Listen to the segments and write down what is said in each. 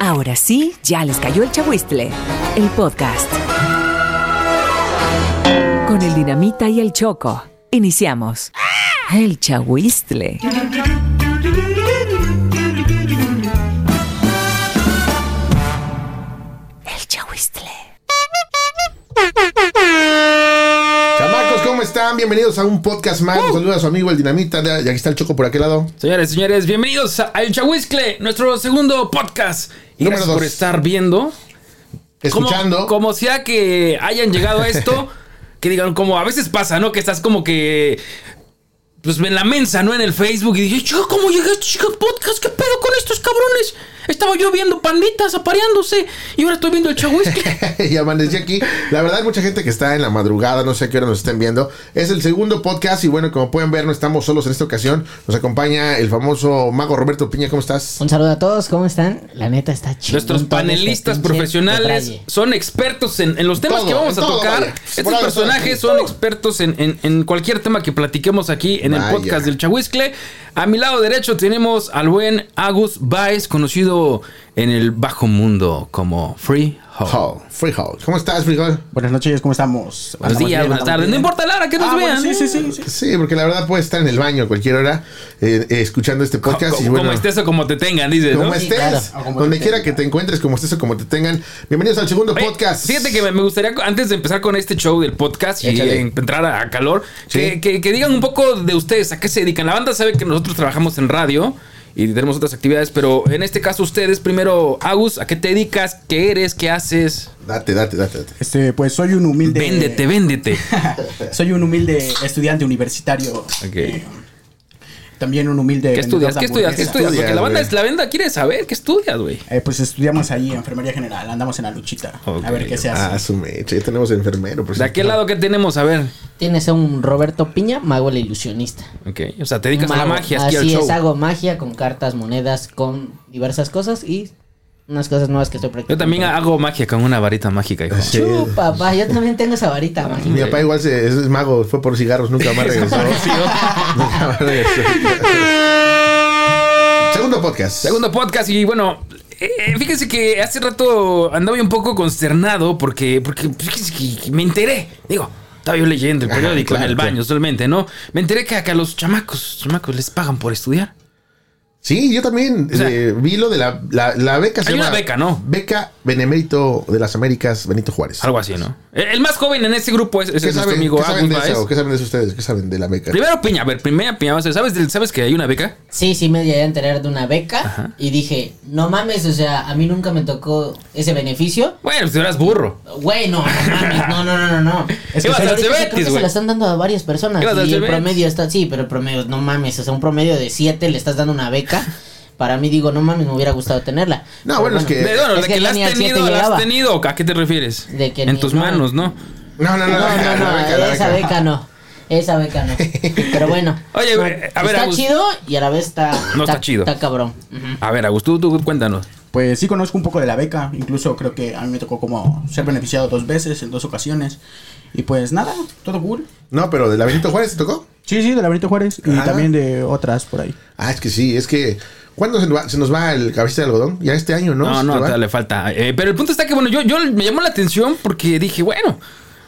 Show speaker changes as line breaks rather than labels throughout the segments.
Ahora sí, ya les cayó el chahuistle. El podcast. Con el dinamita y el choco. Iniciamos. El chahuistle. El chahuistle.
Chamacos, ¿cómo están? Bienvenidos a un podcast más. Un saludo a su amigo el Dinamita. Y aquí está el Choco por aquel lado.
Señores, señores, bienvenidos a El Chahuiscle, nuestro segundo podcast. Y
Número
gracias
dos.
por estar viendo. Como-
Escuchando.
Como, sea que hayan llegado a esto, que digan, como a veces pasa, ¿no? Que estás como que. Pues en la mensa, ¿no? En el Facebook. Y dije, yo, ¿cómo llegué a este chico podcast? ¿Qué pedo con estos cabrones? Estaba yo viendo panditas apareándose. Y ahora estoy viendo el chahuiscle.
y amanecí aquí. La verdad, hay mucha gente que está en la madrugada, no sé a qué hora nos estén viendo. Es el segundo podcast y bueno, como pueden ver, no estamos solos en esta ocasión. Nos acompaña el famoso mago Roberto Piña. ¿Cómo estás?
Un saludo a todos, ¿cómo están? La neta está chido.
Nuestros panelistas profesionales son expertos en, en los temas
Todo,
que vamos a
en todo,
tocar.
vaya. Por
Estos
algo son
personajes
aquí.
son
Todo.
expertos en, en- en cualquier tema que platiquemos aquí en
Vaya.
el podcast del Chahuiscle. A mi lado derecho tenemos al buen Agus Baez, conocido en el bajo mundo como Free Hall.
Hall, Freehold. ¿Cómo estás, Freehold?
Buenas noches, ¿cómo estamos?
Ah,
Buenos días, buenas tardes. No importa la hora que nos
Ah,
vean.
bueno, sí, sí, sí, sí.
Sí, porque la verdad puede estar en el baño a cualquier hora eh, eh, escuchando este
Co- co-
podcast. y
Como,
bueno,
estés o como te tengan, dices. ¿no?
Como
Sí,
estés,
claro.
O como
donde
te
quiera que
tengan.
te encuentres, como estés o como te tengan. Bienvenidos al segundo
Oye,
podcast.
Fíjate que me me gustaría, antes de empezar con este show del podcast y
Échale.
en- entrar a, a calor,
Sí.
que, que- que digan un poco de ustedes, a qué se dedican. La banda sabe que nosotros trabajamos en radio y tenemos otras actividades, pero en este caso ustedes, primero, Agus, ¿a qué te dedicas? ¿Qué eres? ¿Qué haces?
Date, date, date. date.
Este, pues soy un humilde.
Véndete, véndete.
Soy un humilde estudiante universitario. Eh,
¿Qué
También un humilde. vendedor
estudias?
de
¿Qué estudias? ¿Qué
hamburguesas.
estudias? Porque la banda,
güey.
es, la banda quiere saber qué estudias, güey.
Eh, pues estudiamos ahí, enfermería general. Andamos en la luchita.
Ok.
A ver qué se hace.
Ah, su mecha. Ya tenemos enfermero. por
¿De aquel
cierto.
lado qué tenemos? A ver.
Tienes a un Roberto Piña, mago el ilusionista.
Ok. O sea, te dedicas a la
Mago.
magia, aquí al
Así
show.
es, hago magia con cartas, monedas, con diversas cosas y unas cosas nuevas que estoy
Yo
practicando.
también hago magia con una varita mágica, hijo.
Sí.
Chu, papá, yo también tengo esa
Ah,
varita, magia.
Mi papá igual se- es mago, fue por cigarros, nunca más regresó. Nunca más regresó. Segundo podcast.
Segundo podcast y bueno, eh, eh, fíjense que hace rato andaba yo un poco consternado porque, porque pues, fíjense que me enteré, digo, estaba yo leyendo el
Ajá,
periódico
claro,
en el
claro.
baño solamente, ¿no? Me enteré que, que a los chamacos, chamacos les pagan por estudiar.
Sí, yo también
O sea,
eh, vi lo de la, la, la beca.
Hay una beca, ¿no?
Beca Benemérito de las Américas Benito Juárez.
Algo así, ¿no? El, el más joven en ese grupo es, es
¿Qué
nuestro
saben,
amigo
qué saben
Agus
de
Baez.
eso? ¿Qué saben de eso ustedes? ¿Qué saben de la beca?
Primero Piña, a ver, primera Piña, o sea, ¿sabes, del- ¿sabes que hay una beca?
Sí, sí, me llegué a enterar de una beca y dije, no mames, o sea, a mí nunca me tocó ese beneficio.
Bueno, si eras burro.
Güey, no, no mames, no, no, no, no, no. Es
Ibas al
ahorita se,
Cebetis,
creo que se
güey.
la están dando a varias personas.
Ibas al
Y el
Cebetis.
promedio está, sí, pero el promedio, no mames, o sea, un promedio de 7 le estás dando una beca. Para mí digo, no mames, me hubiera gustado tenerla.
No,
Pero
bueno, es
De, bueno,
Es
de
que
que la has
ni al siete
tenido, la has
llegaba.
tenido, ¿a qué te refieres?
De que
en
ni-
tus
no.
manos, ¿no?
No, no, no, la
No, no,
beca,
no,
la beca, la
esa beca no. Esa beca no. Pero bueno.
Oye,
no,
güey, a ver,
Está
Agus.
chido y a la vez está.
No está chido.
Está cabrón. Ujú.
A ver, Agus, tú, tú cuéntanos.
Pues sí conozco un poco de la beca. Incluso creo que a mí me tocó como ser beneficiado dos veces, en dos ocasiones. Y pues nada, todo cool.
No, pero de la Benito Juárez te tocó.
Sí, sí, de la Benito Juárez. Y
Ah.
también de otras por ahí.
Ah, es que sí, es que. ¿Cuándo se, nos va- se nos va el cabecita de algodón? Ya este año, ¿no?
No,
¿Se
no,
te va?
todavía le falta. Eh, pero el punto está que, bueno, yo, yo me llamó la atención porque dije, bueno,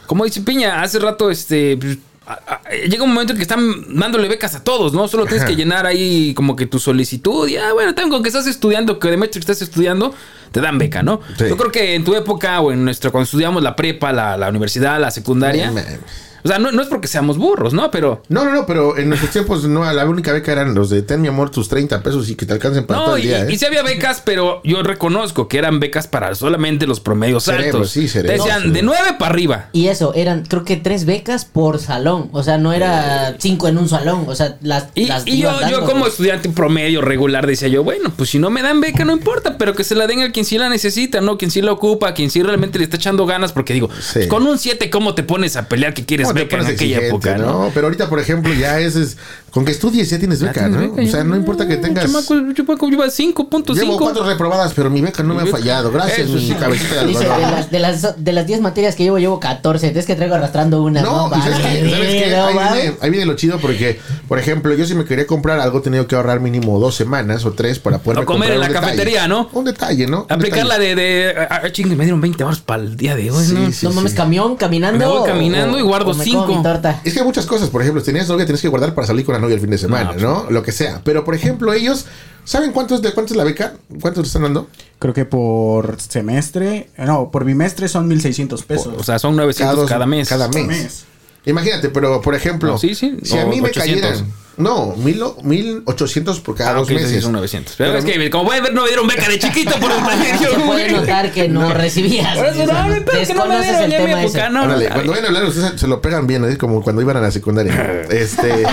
como dice Piña, hace rato, este. pues, a- a- Llega un momento en que están dándole becas a todos, ¿no? Solo tienes que llenar ahí como que tu solicitud. Ya, bueno, tengo que estás estudiando, que de que estás estudiando, te dan beca, ¿no?
Sí.
Yo creo que en tu época o en nuestra, cuando estudiamos la prepa, la, la universidad, la secundaria.
No mames.
O sea, no, no es porque seamos burros, ¿no? Pero.
No, no, no, pero en nuestros tiempos no, la única beca eran los de ten mi amor tus 30 pesos y que te alcancen para todo
No,
el
y,
día. ¿eh?
y sí había becas, pero yo reconozco que eran becas para solamente los promedios
Cerebro,
altos.
sí, cerebro,
Te decían
cerebro.
de 9 para arriba.
Y eso, eran creo que tres becas por salón. O sea, no era cinco en un salón. O sea, las.
Eh. Y,
las
y yo,
iban
yo
dando,
como
güey.
estudiante promedio regular decía yo, bueno, pues si no me dan beca no importa, pero que se la den a quien sí la necesita, ¿no? Quien sí la ocupa, quien sí realmente le está echando ganas, porque digo,
Sí.
con un 7, ¿cómo te pones a pelear que quieres
¿Cómo te
beca en
pones
aquella
exigente,
época, no?
Pero ahorita, por ejemplo, ya es, es Con que estudies ya tienes
Ya
beca,
tienes
¿no?
beca,
o
ya.
sea, no importa que
No,
tengas.
chamaco, chamaco, lleva
Llevo
5.5.
cuatro reprobadas, pero mi beca no me ha
beca.
fallado. Gracias,
Eso
mi
sí.
cabecita de
Dice, de
algodón.
las, de, las, de las 10 materias que llevo, llevo 14. Es que traigo arrastrando una.
No, y ¿sabes qué?
Vale,
¿Sabes qué?
no,
Ahí,
vale.
viene, ahí viene lo chido porque, por ejemplo, yo si me quería comprar algo, tenía que ahorrar mínimo dos semanas o tres para poder
O comer en la cafetería, ¿no?
Un detalle, ¿no? Un
Aplicar la
detalle.
de, de ah, ah, chingue, me dieron 20 horas para el día de hoy, ¿no?
Sí, sí,
no mames,
sí.
camión, caminando.
Me voy
o-
caminando y guardo
o me
cinco.
como mi torta.
Es que hay muchas cosas, por ejemplo, si tenías novia, tienes que guardar para salir con la novia el fin de semana, ¿no? Lo que sea. Pero, por ejemplo, ellos, ¿saben cuánto es, de, cuánto es la beca? ¿Cuánto le están dando?
Creo que por semestre, no, por bimestre son 1600 pesos.
O sea, son 900 cada,
dos-
mes.
Cada mes.
mes.
Imagínate, pero, por ejemplo,
No, sí, sí,
si a
o
mí me
800.
cayeran... No, mil, o- 1800 por cada
Ah,
dos
ok, sí,
meses.
son 900. Pero, es que, como pueden ver, no me dieron beca de chiquito por el
Se
colegio,
puede
güey.
notar que no, recibías.
Por eso,
O sea,
no, pero es que no me
desconoces
dieron
el
ya en mi
tema ese.
época, no.
Órale,
A
cuando
ver.
vayan a hablar, ustedes se, se lo pegan bien, así como cuando iban a la secundaria. Este.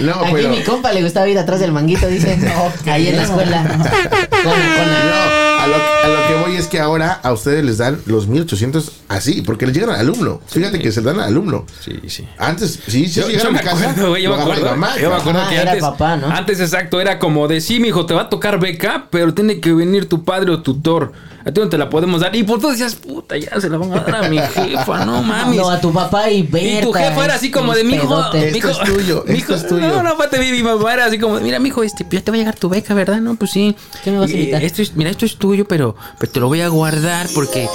No,
Ah, Aquí
pero.
mi compa le gustaba ir atrás del manguito, dice. ahí en la escuela. Con- con
No,
la-
a lo, a lo que voy es que ahora a ustedes les dan los 1800 así, porque les llegan al alumno. Fíjate que se le dan al alumno.
Sí, sí.
Antes, sí, sí,
Yo, yo
llegaron
me
a mi casa.
acuerdo, güey, yo
lo
me
agarraba
acuerdo.
mi mamá,
yo me
ajá.
acuerdo que
Ajá, Ah, era
antes,
papá, ¿no?
antes, exacto, era como de sí, mijo, te va a tocar beca, pero tiene que venir tu padre o tutor. A ti no te la podemos dar. Y por todo decías, puta, ya se la van a dar a mi jefa, no mames.
No, a tu papá y Berta.
Y tu jefa era así como de
este,
mi hijo.
pedote.
Esto es tuyo, esto es tuyo.
No, no, aparte mi, mi mamá era así como, de, mira, mijo, este, ya te va a llegar tu beca, ¿verdad? No, pues sí.
¿Qué me vas a
Eh,
invitar?
Esto es, mira, esto es tuyo, pero, pero te lo voy a guardar porque,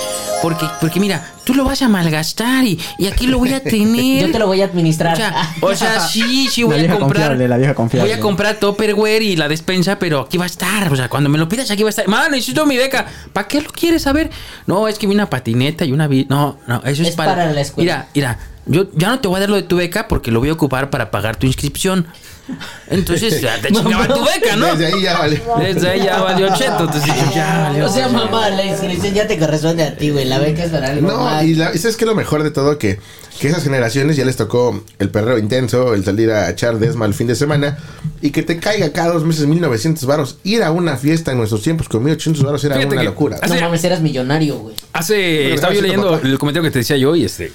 porque, porque mira, tú lo vas a malgastar y, y aquí lo voy a tener.
Yo te lo voy a administrar.
O sea, o sea, sí, sí voy
La vieja
a comprar.
confiable, la vieja confiable.
Voy a comprar Topperware y la despensa, pero aquí va a estar. O sea, cuando me lo pidas, aquí va a estar. Mano, necesito mi beca. ¿Para qué lo quieres saber? No, es que vi una patineta y una. vi- No, no, eso es,
Es para la escuela.
Mira, mira, yo ya no te voy a dar lo de tu beca porque lo voy a ocupar para pagar tu inscripción. Entonces, ya te chingaba tu beca, ¿no?
Desde ahí ya vale.
Desde ahí ya valió cheto. Entonces, ya valió.
O sea, mamá, la inscripción ya te corresponde a ti, güey. La beca es para algo
No,
más.
y la- y sabes que lo mejor de todo que, que esas generaciones ya les tocó el perreo intenso, el salir a echar desma el fin de semana y que te caiga cada dos meses 1900 varos. Ir a una fiesta en nuestros tiempos con 1800 varos era
Fíjate
una
que-
locura.
No
Así-
mames, eras millonario, güey.
Hace.
Pero
Estaba yo
gracias,
leyendo
papá.
el comentario que te decía yo y este.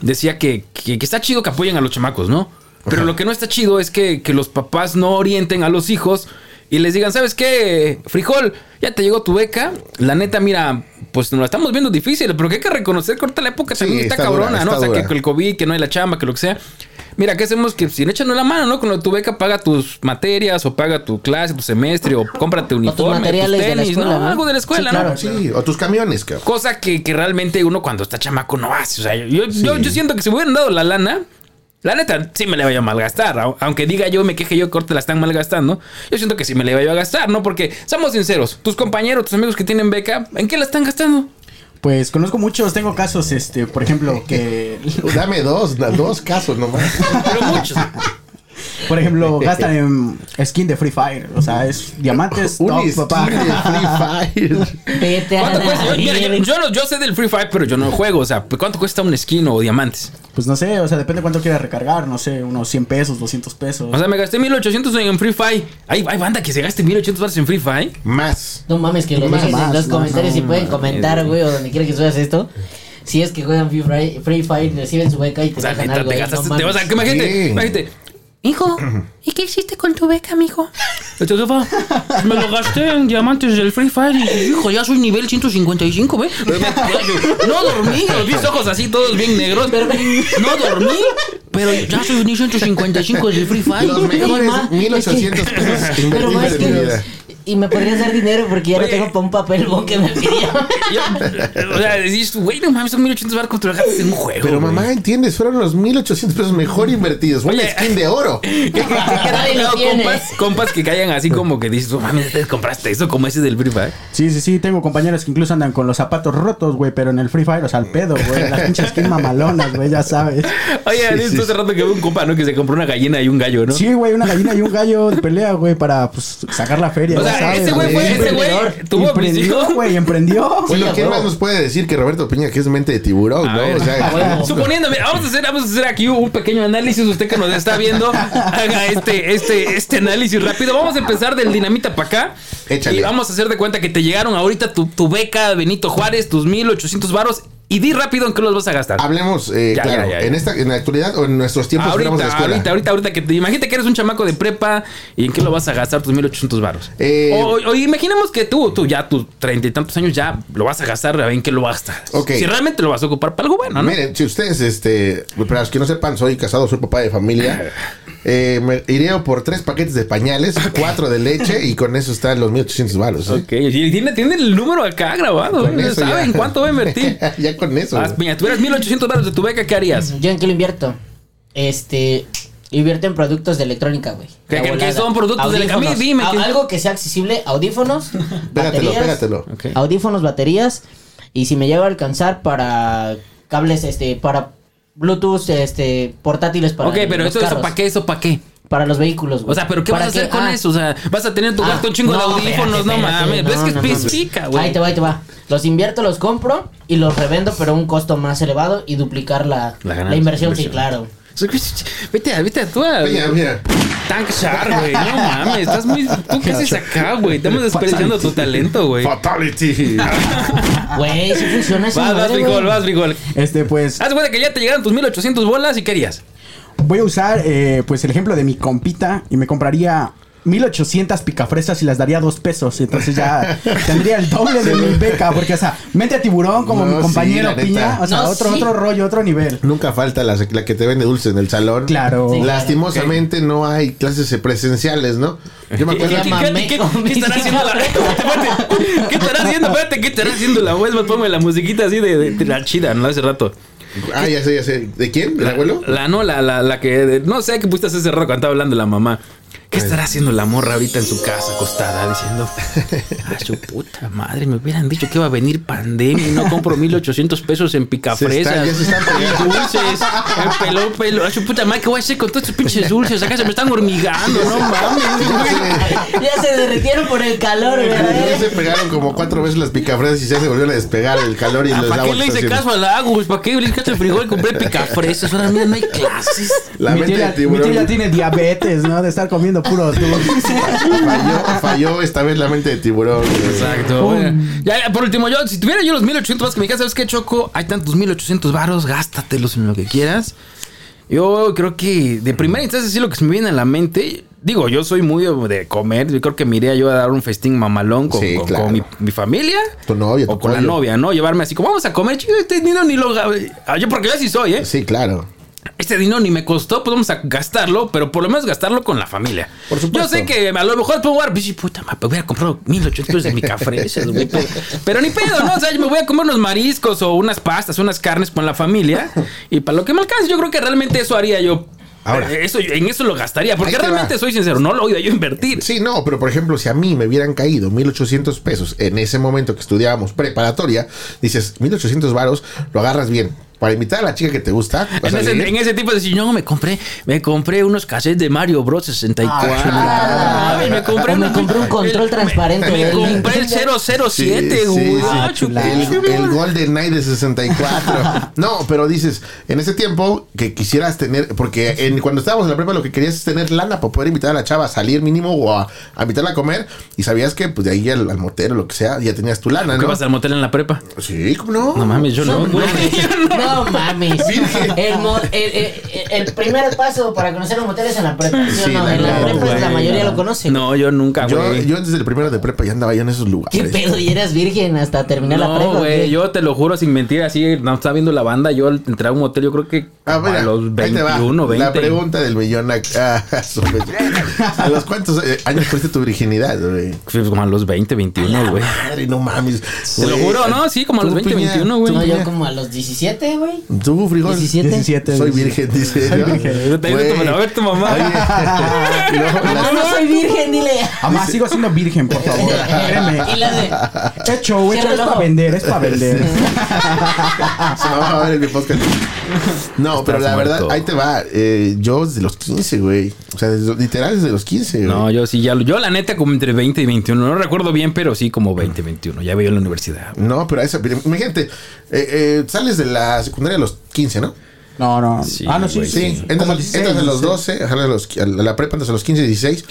Decía que, que- que está chido que apoyen a los chamacos, ¿no? Pero lo que no está chido es que, que los papás no orienten a los hijos y les digan, ¿sabes qué? Frijol, ya te llegó tu beca. La neta, mira, pues nos la estamos viendo difícil, pero que hay que reconocer que ahorita la época
Sí,
también está,
está dura,
cabrona, ¿no?
está
o sea,
dura.
que el COVID, que no hay la chamba, que lo que sea. Mira, ¿qué hacemos? Que si échanos la mano, ¿no? Con lo de tu beca paga tus materias o paga tu clase, tu semestre o cómprate uniforme, tus,
materiales de la
tenis,
escuela,
¿no?
¿no?
Algo de la
Sí,
escuela, ¿no?
claro.
Sí, o tus camiones, cabrón.
Cosa que, que realmente uno cuando está chamaco no hace. O sea, yo, yo, yo siento que si me hubieran dado la lana, la neta sí me la iba yo a malgastar. Au- Aunque diga yo, me queje yo, corte la están malgastando. Yo siento que sí me la iba yo a gastar, ¿no? Porque, seamos sinceros, tus compañeros, tus amigos que tienen beca, ¿en qué la están gastando?
Pues conozco muchos, tengo casos, este, por ejemplo, que,
Dame dos, na- dos casos nomás.
Pero muchos.
por ejemplo, gastan en skin de Free Fire, o sea, es diamantes,
Un
top,
skin
papá.
de Free Fire.
Vete a
¿Cuánto
la
cuesta? Yo, mira, yo,
verga.
yo no- yo sé del Free Fire, pero yo no juego. O sea, ¿cuánto cuesta un skin o diamantes?
Pues no sé, o sea, depende cuánto quieras recargar, no sé, unos 100 pesos, 200 pesos.
O sea, me gasté 1800 en Free Fire. Hay, hay banda que se gaste 1800 dólares en Free Fire.
Más.
No mames, que lo
Más,
dejes en
más,
los
no,
comentarios
no,
y pueden
no,
comentar,
mames.
güey, o donde quiera que subas esto. Si es que juegan Free Fire, Free Fire, reciben su beca y te
O sea,
dejan
neta,
algo
te
ahí,
gastaste,
no
te vas
mames.
a... que Imagínate,
Sí.
imagínate.
Hijo, ¿y qué hiciste con tu beca, mijo?
El sofá. Me lo gasté en diamantes del Free Fire. Y, hijo, ya soy nivel 155, ¿ve? No dormí, los mis ojos así, todos bien negros. No dormí, pero ya soy nivel 155 del Free Fire.
Los mejores
ma,
1800 pesos que invertí
Pero más
en mi vida.
que... Y me podrías dar dinero porque ya no
Oye.
tengo para un papel bo que me pidieron.
o sea, decís, güey, no mames, son 1800 barcos, te lo gastas en un juego.
Pero
güey.
mamá, ¿entiendes? Fueron los 1800 pesos mejor invertidos. Una
Oye.
skin de oro.
Nadie lo
No,
tiene.
compas, compas que callan así como que dices, no mames, te compraste eso como ese del Free Fire.
Sí, sí, sí, tengo compañeros que incluso andan con los zapatos rotos, güey, pero en el Free Fire, o sea, al pedo, güey, las pinches skin mamalonas, güey, ya sabes.
Oye,
Sí,
dices
sí,
tú hace rato que veo un compa, ¿no? Que se compró una gallina y un gallo, ¿no?
Sí, güey, una gallina y un gallo de pelea, güey, para pues, sacar la feria.
O
ya
sea,
sabes,
ese güey fue, ese güey
Emprendedor.
tuvo
emprendió,
principio.
güey, emprendió.
Bueno,
a
¿quién
huevo.
más nos puede decir que Roberto Piña, que es mente de tiburón,
A
no?
ver, Ah,
O sea,
a huevo.
Suponiendo, mira, vamos a hacer, vamos a hacer aquí un pequeño análisis. Usted que nos está viendo, haga este, este, este análisis rápido. Vamos a empezar del dinamita para acá.
Échale.
Y vamos a hacer de cuenta que te llegaron ahorita tu, tu beca, Benito Juárez, tus 1800 varos. Y di rápido en qué los vas a gastar.
Hablemos, eh,
Ya,
claro,
ya, ya, ya.
en esta, en la actualidad o en nuestros tiempos que
ahorita,
éramos de la escuela.
ahorita, ahorita, ahorita, que te, imagínate que eres un chamaco de prepa y en qué lo vas a gastar tus 1800 baros.
Eh,
o, o imaginemos que tú, tú ya tus treinta y tantos años ya lo vas a gastar, a ver en qué lo gastas.
Ok.
Si realmente lo vas a ocupar para algo bueno, ¿no?
Miren, si ustedes, este, para los que no sepan, soy casado, soy papá de familia. Eh, me iré por tres paquetes de pañales, cuatro de leche y con eso están los 1800 baros. ¿eh?
Ok, y tiene, tiene el número acá grabado.
Con
¿eh?
eso
¿Saben
ya.
cuánto va a invertir?
ya con eso.
Ah,
güey.
mira, tuvieras 1800 baros de tu beca, ¿qué harías?
¿Yo en qué lo invierto? Este. Invierto en productos de electrónica, güey.
¿Qué-
La
qué- qué
volada.
son productos de electrónica? A mí dime
Audífonos. A-
qué-
Algo que sea accesible: audífonos.
Pégatelo,
baterías,
pégatelo.
Ok.
Audífonos, baterías. Y si me llega a alcanzar para cables, este, para Bluetooth, este, portátiles para.
ok, pero
los
eso, eso
carros.
para qué, eso para qué.
Para los vehículos, güey.
O sea, pero ¿qué vas
¿Para
a hacer
qué?
con
Ah,
eso? O sea, vas a tener tu gasto un chingo de
no,
audífonos,
espérate,
no
espérate,
mames.
no,
Ves
no,
que
no.
es pispica, güey.
Ahí te va, ahí te va. Los invierto, los compro y los revendo, pero a un costo más elevado y duplicar la,
La
la,
ganancia,
inversión, sí,
inversión.
claro.
Vete, a- vete a tú a
Mira, mira.
Tank Shark, güey. No mames, estás muy. ¿Tú qué haces acá, güey? Estamos desperdiciando tu talento, güey.
Fatality.
Güey, si funciona esa
Vas, vas,
madre,
frijol,
güey.
vas, frijol.
Este, pues,
Haz cuenta que ya te llegaron tus 1800 bolas y querías.
voy a usar, eh, pues, el ejemplo de mi compita y me compraría 1800 picafresas y las daría dos pesos. Entonces ya tendría el doble de mi beca, porque, o sea, mente a tiburón como
No,
mi
sí, la
compañero
neta.
piña. O sea,
No,
otro,
sí.
otro rollo, otro nivel.
Nunca falta la, la que te vende dulces en el salón.
Claro.
Sí.
Lastimosamente no hay clases presenciales, ¿no? Yo me
¿Qué,
acuerdo.
qué, qué, qué- qué estará haciendo la Espérate, ¿Qué estará haciendo? Espérate, ¿qué estará haciendo la web? Ponme la musiquita así de, de- de la chida, ¿no? Hace rato.
Ah, ya sé, ya sé. ¿De quién? ¿Del abuelo?
La, no, la, la, la que. de- no sé, que pusiste hace rato cuando estaba hablando la mamá. ¿Qué
Pues
estará haciendo la morra ahorita en su casa acostada? Diciendo, a su puta madre, me hubieran dicho que iba a venir pandemia y no compro 1800 pesos en
Se están-
picafresas,
ya se están peleando.
en dulces, en pelo, pelo. A su puta madre, ¿qué voy a hacer con todos estos pinches dulces? Acá se me están hormigando, no mames.
Ya se derritieron por el calor,
Ya
güey.
se pegaron como cuatro veces las picafresas y ya se volvieron a despegar el calor y
Ah,
los
¿Para qué
aguas
le hice
estaciones.
caso al Agus? ¿Para qué le hice caso al frijol? Compré picafresas. Ahora mira, no hay clases.
La
mi,
mente
tía,
de
ya- mi tía ya
tiburón.
tiene diabetes, ¿no? De estar comiendo puro dulce.
Falló, falló esta vez la mente de tiburón. güey.
Exacto. bueno. Ya, ya, por último, yo, si tuviera yo los 1800 varos que me dijeras, ¿sabes qué, Choco? Hay tantos 1800 varos, gástatelos en lo que quieras. Yo creo que de primera instancia, sí, lo que se me viene a la mente. Digo, yo soy muy de comer. Yo creo que me iría yo a dar un festín mamalón con,
Sí,
con-
claro.
con mi, mi familia.
Tu novia,
O
tu
con la
pollo.
novia, ¿no? Llevarme así, como vamos a comer, chico, este dinero ni lo. ga- Ah, Yo, porque yo así soy, ¿eh?
Sí, claro.
Este dinero ni me costó, pues vamos a gastarlo, pero por lo menos gastarlo con la familia.
Por supuesto.
Yo sé que a lo mejor puedo guardar, "Bichi, puta madre, pues voy a comprar 1800 pesos de mi café, güey. Pero, pero ni pedo, ¿no? O sea, yo me voy a comer unos mariscos o unas pastas, unas carnes con la familia. Y para lo que me alcance, yo creo que realmente eso haría yo.
Ahora.
Eh, eso, en eso lo gastaría, porque
Ahí te
realmente
va.
soy sincero, no lo iba yo a invertir.
Sí, no, pero por ejemplo, si a mí me hubieran caído 1800 pesos en ese momento que estudiábamos preparatoria, dices 1800 varos, lo agarras bien. Para invitar a la chica que te gusta, vas
En
a
ese,
leer.
en ese tipo de decir, no, me compré, me compré unos cassettes de Mario Bros 64.
Ah,
Ay, me compré,
o me
unos-
compré un control
me-
transparente,
Me,
güey.
compré el 007,
Sí, sí,
güey.
sí.
Ah, chupé.
el, el Golden Knight de 64. No, pero dices, en ese tiempo que quisieras tener, porque en, cuando estábamos en la prepa lo que querías es tener lana para poder invitar a la chava a salir mínimo o a, a invitarla a comer y sabías que pues de ahí al, al motero, lo que sea, ya tenías tu lana,
¿Qué
¿no?
vas al motel en la prepa?
Sí, ¿cómo no?
No mames, yo no, güey.
No mames. El, mo- el- el- el primer paso para conocer los moteles en la prepa. ¿sí o
Sí,
no?
la
En la
neta,
prepa
güey.
la mayoría lo conoce.
No, yo nunca,
Yo,
Ah, güey.
yo desde el primero de prepa ya andaba yo en esos
¿Qué
lugares.
pedo? ¿Y eras virgen hasta terminar la prepa?
No,
o
güey,
qué?
yo te lo juro sin mentir, así, no estaba viendo la banda, yo al entrar a un motel, yo creo que
Ah,
como
mira,
a los
ahí te va.
21, 20.
La pregunta del millón acá. a su fecha. ¿A los cuántos eh, años fuiste tu virginidad, güey?
Fue Como a los 20, 21, güey.
Madre, no mames.
Te lo
Güey,
juro, ¿no? Sí, como a los
tú,
20,
Piña,
21, güey.
No, yo
ya.
como a los 17, güey.
Tú, frijol.
17.
17.
Soy
dice.
virgen, dice.
Soy
¿no?
virgen.
Yo te digo,
Güey.
te lo- a ver tu mamá.
Oye, no,
Mamá,
las-
no soy virgen, dile.
Mamá, Ah, sigo siendo virgen, por favor. Créeme.
y las de...
Chacho, güey,
Cierra el
es para
ojo.
vender, es para vender.
se me va a ver el podcast. No, pero la verdad,
muerto.
ahí te va. Eh, yo desde los 15, güey. O sea, desde- literal desde los 15, güey.
No, yo sí, ya, lo- yo la neta como entre 20 y 21, no recuerdo bien, pero sí como 20, 21, ya veo en la universidad.
No, pero a esa. pero Imagínate, eh, eh, sales de la secundaria a los 15, ¿no?
No, no.
Sí,
ah, no, sí,
güey,
sí.
Entras,
Como
entras a los 12, ajá, a los- a la prepa entras a los 15, 16.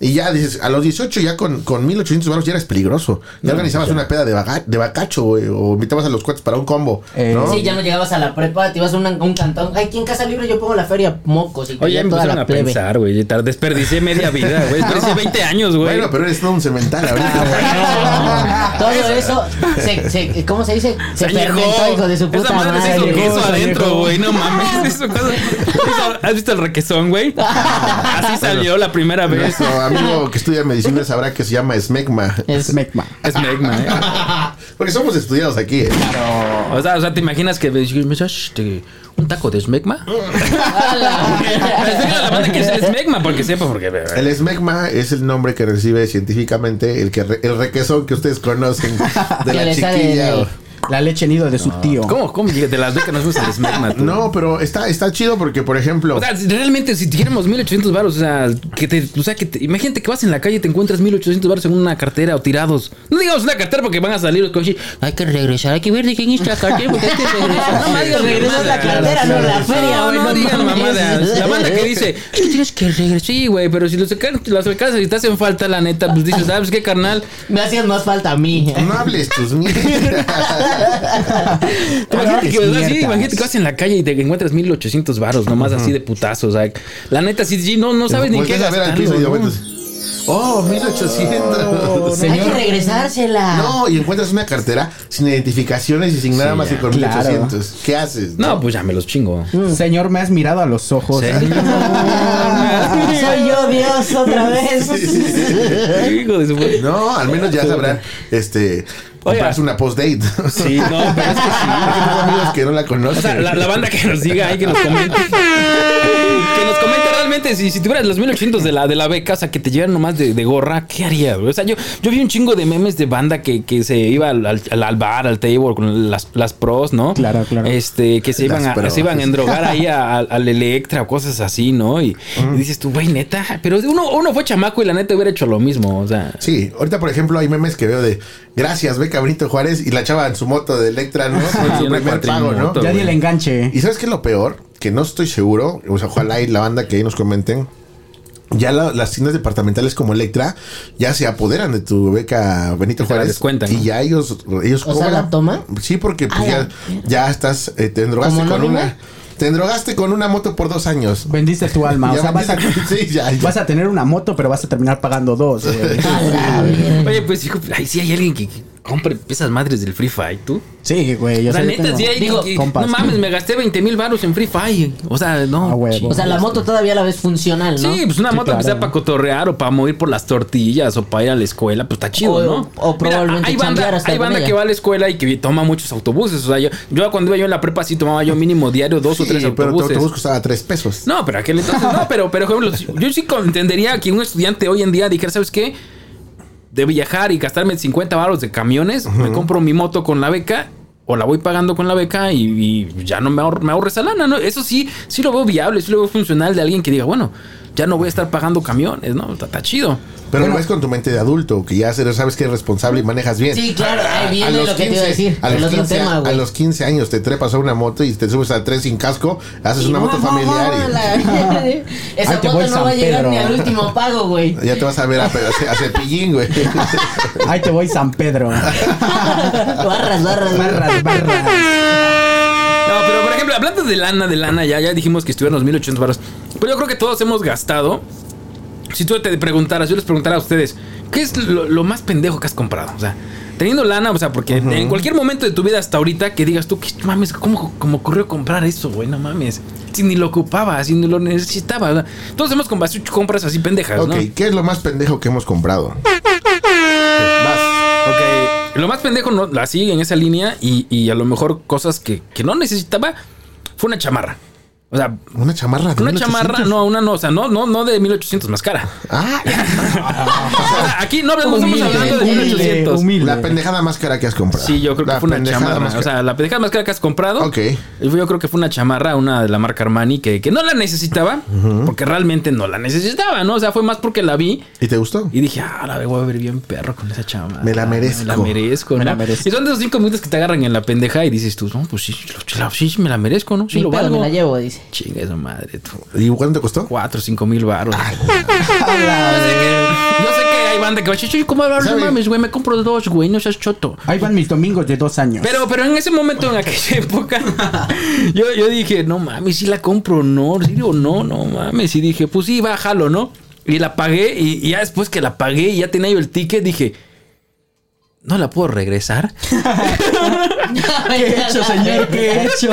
Y ya dices, a los 18 ya con, con 1800 baros ya eres peligroso. Ya organizabas una peda de, baga- de bacacho, güey, o invitabas a los cuates para un combo,
Eh,
¿no?
Sí, ya no llegabas a la prepa, te ibas a una- a un cantón. Ay, ¿quién casa libre? Yo pongo la feria, mocos. Y
Oye, pues,
caía
me
toda
empezaron
la
a
plebe.
pensar, güey. Tar- Desperdicié media vida, güey. Desperdicié 20 años, güey.
Bueno, pero eres todo un cemental ahorita.
Ah, bueno. Todo eso, se, se- ¿cómo se dice? Se
Añejó.
fermentó, hijo de su puta
Esa madre se hizo
madre.
queso
añejó.
adentro, güey. No mames. Eso, cosa- eso- ¿Has visto el requesón, güey? Así salió la primera vez.
Nuestro amigo que estudia medicina sabrá que se llama smegma.
Eh.
Es-
Smegma.
Es Megma, ¿eh?
Porque somos estudiados aquí. ¿eh?
O sea, o sea, ¿te imaginas que me dices, "Shh, un taco de smegma? Explícale a la banda que es el smegma, porque sepa, porque...
El smegma es el nombre que recibe científicamente el que re- el requesón que ustedes conocen de
Que
la
le sale
chiquilla.
de-
o-
La leche nido de su tío.
¿Cómo, cómo llega- de las becas nos vemos el smegma? tú?
No, pero está, está chido porque, por ejemplo,
O sea, si realmente, si tuviéramos 1800 baros, o sea, que te, o sea, que te- imagínate que vas en la calle y te encuentras 1800 baros en una cartera o tirados. No digamos una cartera porque van a salir los coches.
Hay que regresar, hay que ver de quién es la cartera, porque hay que regresar.
No, madre,
Regresas a la cartera, no a la feria,
No,
güey,
no,
no
digan
mames.
mamadas. La banda que dice, "Tú tienes que regresar. Sí, güey, pero si los, alcan- las alcanzas y te hacen falta, la neta, pues dices, ¿sabes qué, carnal?
Me hacías más falta a mí.
no hables tus mierdas.
Ah,
Imagínate que,
Mierdas.
así, imagínate que vas en la calle y te encuentras 1800 varos, nomás así de putazo. O sea, la neta, sí, sí, no, no
Pues
sabes ni en qué
Volteas a ver al
gastarlo,
piso y de
¿no?
momento, Oh, 1800.
Hay que
Señor.
regresársela.
No, y encuentras una cartera sin identificaciones y sin nada más que con
claro.
1800. ¿Qué haces?
No, pues ya me los chingo.
Señor, me has mirado a los ojos.
Soy yo Dios otra vez.
Hijo de su madre.
No, al menos ya sabrán, este, comprarse una post-date.
Sí, no, pero es que sí.
Porque tengo amigos que no la conocen.
O sea, la, la banda que nos diga ahí, que nos comente. Que nos comente realmente si, si tuvieras los 1800 de la, de la beca, o sea, que te llevan nomás de, de gorra, ¿qué harías? güey? O sea, yo, yo vi un chingo de memes de banda que, que se iba al, al- al bar, al table, con las, las pros, ¿no?
Claro, claro.
Este, que se
Las
iban, a,
pros.
se iban a endrogar ahí a- al- al Electra o cosas así, ¿no? Y, y dices tú, güey, neta. Pero uno, uno fue chamaco y la neta hubiera hecho lo mismo, o sea.
Sí, ahorita por ejemplo hay memes que veo de gracias, beca Benito Juárez y la chava en su moto de Electra, ¿no? Con
Sí,
su
una
primer pago, ¿no?
cuatrimoto.
Ya di el enganche.
Y sabes qué es lo peor, que no estoy seguro, o sea, ojalá y la banda que ahí nos comenten. Ya la- las tiendas departamentales como Electra ya se apoderan de tu beca Benito
Y te la
Juárez.
descuentan,
y
¿no?
ya ellos, ellos
O sea, ¿la toma?
Sí, porque pues,
Ah,
ya,
la
ya estás, eh, te endrogaste
¿Como
con
anónimo?
una. Te endrogaste con una moto por dos años.
Vendiste tu alma. O
Ya
sea, vas a,
vendiste- sí, ya, ya.
vas a tener una moto, pero vas a terminar pagando dos. güey.
A la verga.
Oye, pues hijo, ay, sí hay alguien que que compre esas madres del Free Fire, ¿tú?
Sí, güey. yo
La
sé, yo
neta,
tengo-
sí hay
Digo,
que-
compas.
No mames, me gasté 20 mil baros en Free Fire. O sea, no.
A huevo.
O sea, la moto todavía la ves funcional, ¿no?
Sí, pues una
Sí,
moto que
claro,
sea
¿no?
para cotorrear o para mover por las tortillas o para ir a la escuela, pues está chido,
O-
¿no?
o probablemente
hay
chambear
banda,
hasta
hay
con
banda
ella.
que va a la escuela y que toma muchos autobuses. O sea, yo, yo cuando iba yo en la prepa sí tomaba yo mínimo diario dos o
Sí,
tres
pero tu
autobuses.
autobús costaba tres pesos.
No, pero aquel entonces no, pero, pero por ejemplo, yo sí entendería que un estudiante hoy en día dijera, ¿sabes qué? De viajar y gastarme 50 baros de camiones, me compro mi moto con la beca o la voy pagando con la beca y, y ya no me ahorro, me ahorro esa lana, ¿no? Eso sí, sí lo veo viable, sí lo veo funcional de alguien que diga, bueno, ya no voy a estar pagando camiones, ¿no? Está, está chido.
Pero lo ves con tu mente de adulto, que ya eres- sabes que eres responsable y manejas bien.
Sí, claro, ahí viene
los
lo que te iba a decir,
A
el
los,
otro
15,
tema,
a
güey.
los 15 años te trepas a una moto y te subes a tres sin casco, haces una moto familiar y
y... Esa
Ahí te
moto
voy,
no va a
San
llegar
Pedro.
ni al último pago, güey.
ya te vas a ver a, a- a cepillín, güey.
Ahí te voy, San Pedro.
barras, barras, barras.
Barras, barras.
No, pero por ejemplo, hablando de lana, de lana, ya, ya dijimos que estuvieron los 1800 baros. Pero yo creo que todos hemos gastado. Si tú te preguntaras, yo les preguntara a ustedes, ¿qué es lo, lo más pendejo que has comprado? O sea, teniendo lana, o sea, porque en cualquier momento de tu vida hasta ahorita que digas tú, ¿qué mames? ¿Cómo, cómo ocurrió comprar eso, güey? No mames. Si ni lo ocupaba, si ni lo necesitaba. o sea, todos hemos compa- compras así pendejas,
ok,
¿no?
¿qué es lo más pendejo que hemos comprado? Vas.
Ok, lo más pendejo no, la sigue en esa línea y, y a lo mejor cosas que, que no necesitaba fue una chamarra. O sea,
Una chamarra. de
Una
1800.
chamarra, no, una no, o sea, no, no, no de 1800 más cara.
Ah,
O sea, aquí no hablamos,
Humilde,
estamos hablando de
humilde,
1800.
humilde.
la pendejada más cara que has comprado.
Sí, yo creo
La
que fue una
pendejada
chamarra.
más
O
cara.
sea, la pendejada más cara que has comprado.
Ok.
Yo creo que fue una chamarra, una de la marca Armani, que, que no la necesitaba, porque realmente no la necesitaba, ¿no? O sea, fue más porque la vi
¿Y te gustó?
y dije, ah, la voy a ver bien perro con esa chamarra.
Me la merezco.
Me la merezco,
Me
¿no?
la merezco.
Y son de esos cinco minutos que te agarran en la pendeja y dices tú, no, pues sí, sí, sí, me la merezco, ¿no? Sí,
Ni
lo
pedo,
valgo.
me la llevo, dice.
Chinga esa madre, tú.
¿Y cuánto te costó?
Cuatro, cinco mil baros. Yo sé que hay banda que va a decir, "Chuy, ¿cómo ahora no
¿Sabe?
mames, güey? Me compro dos, güey, no seas choto.
Ahí van mis domingos de dos años.
Pero, pero en ese momento, en aquella época, yo, yo dije, no mames, si la compro o no, sí o no, no mames. Y dije, pues sí, bájalo, ¿no? Y la pagué, y, y ya después que la pagué y ya tenía yo el ticket, dije, ¿no la puedo regresar?
¿Qué he hecho, señor? ¿Qué he hecho?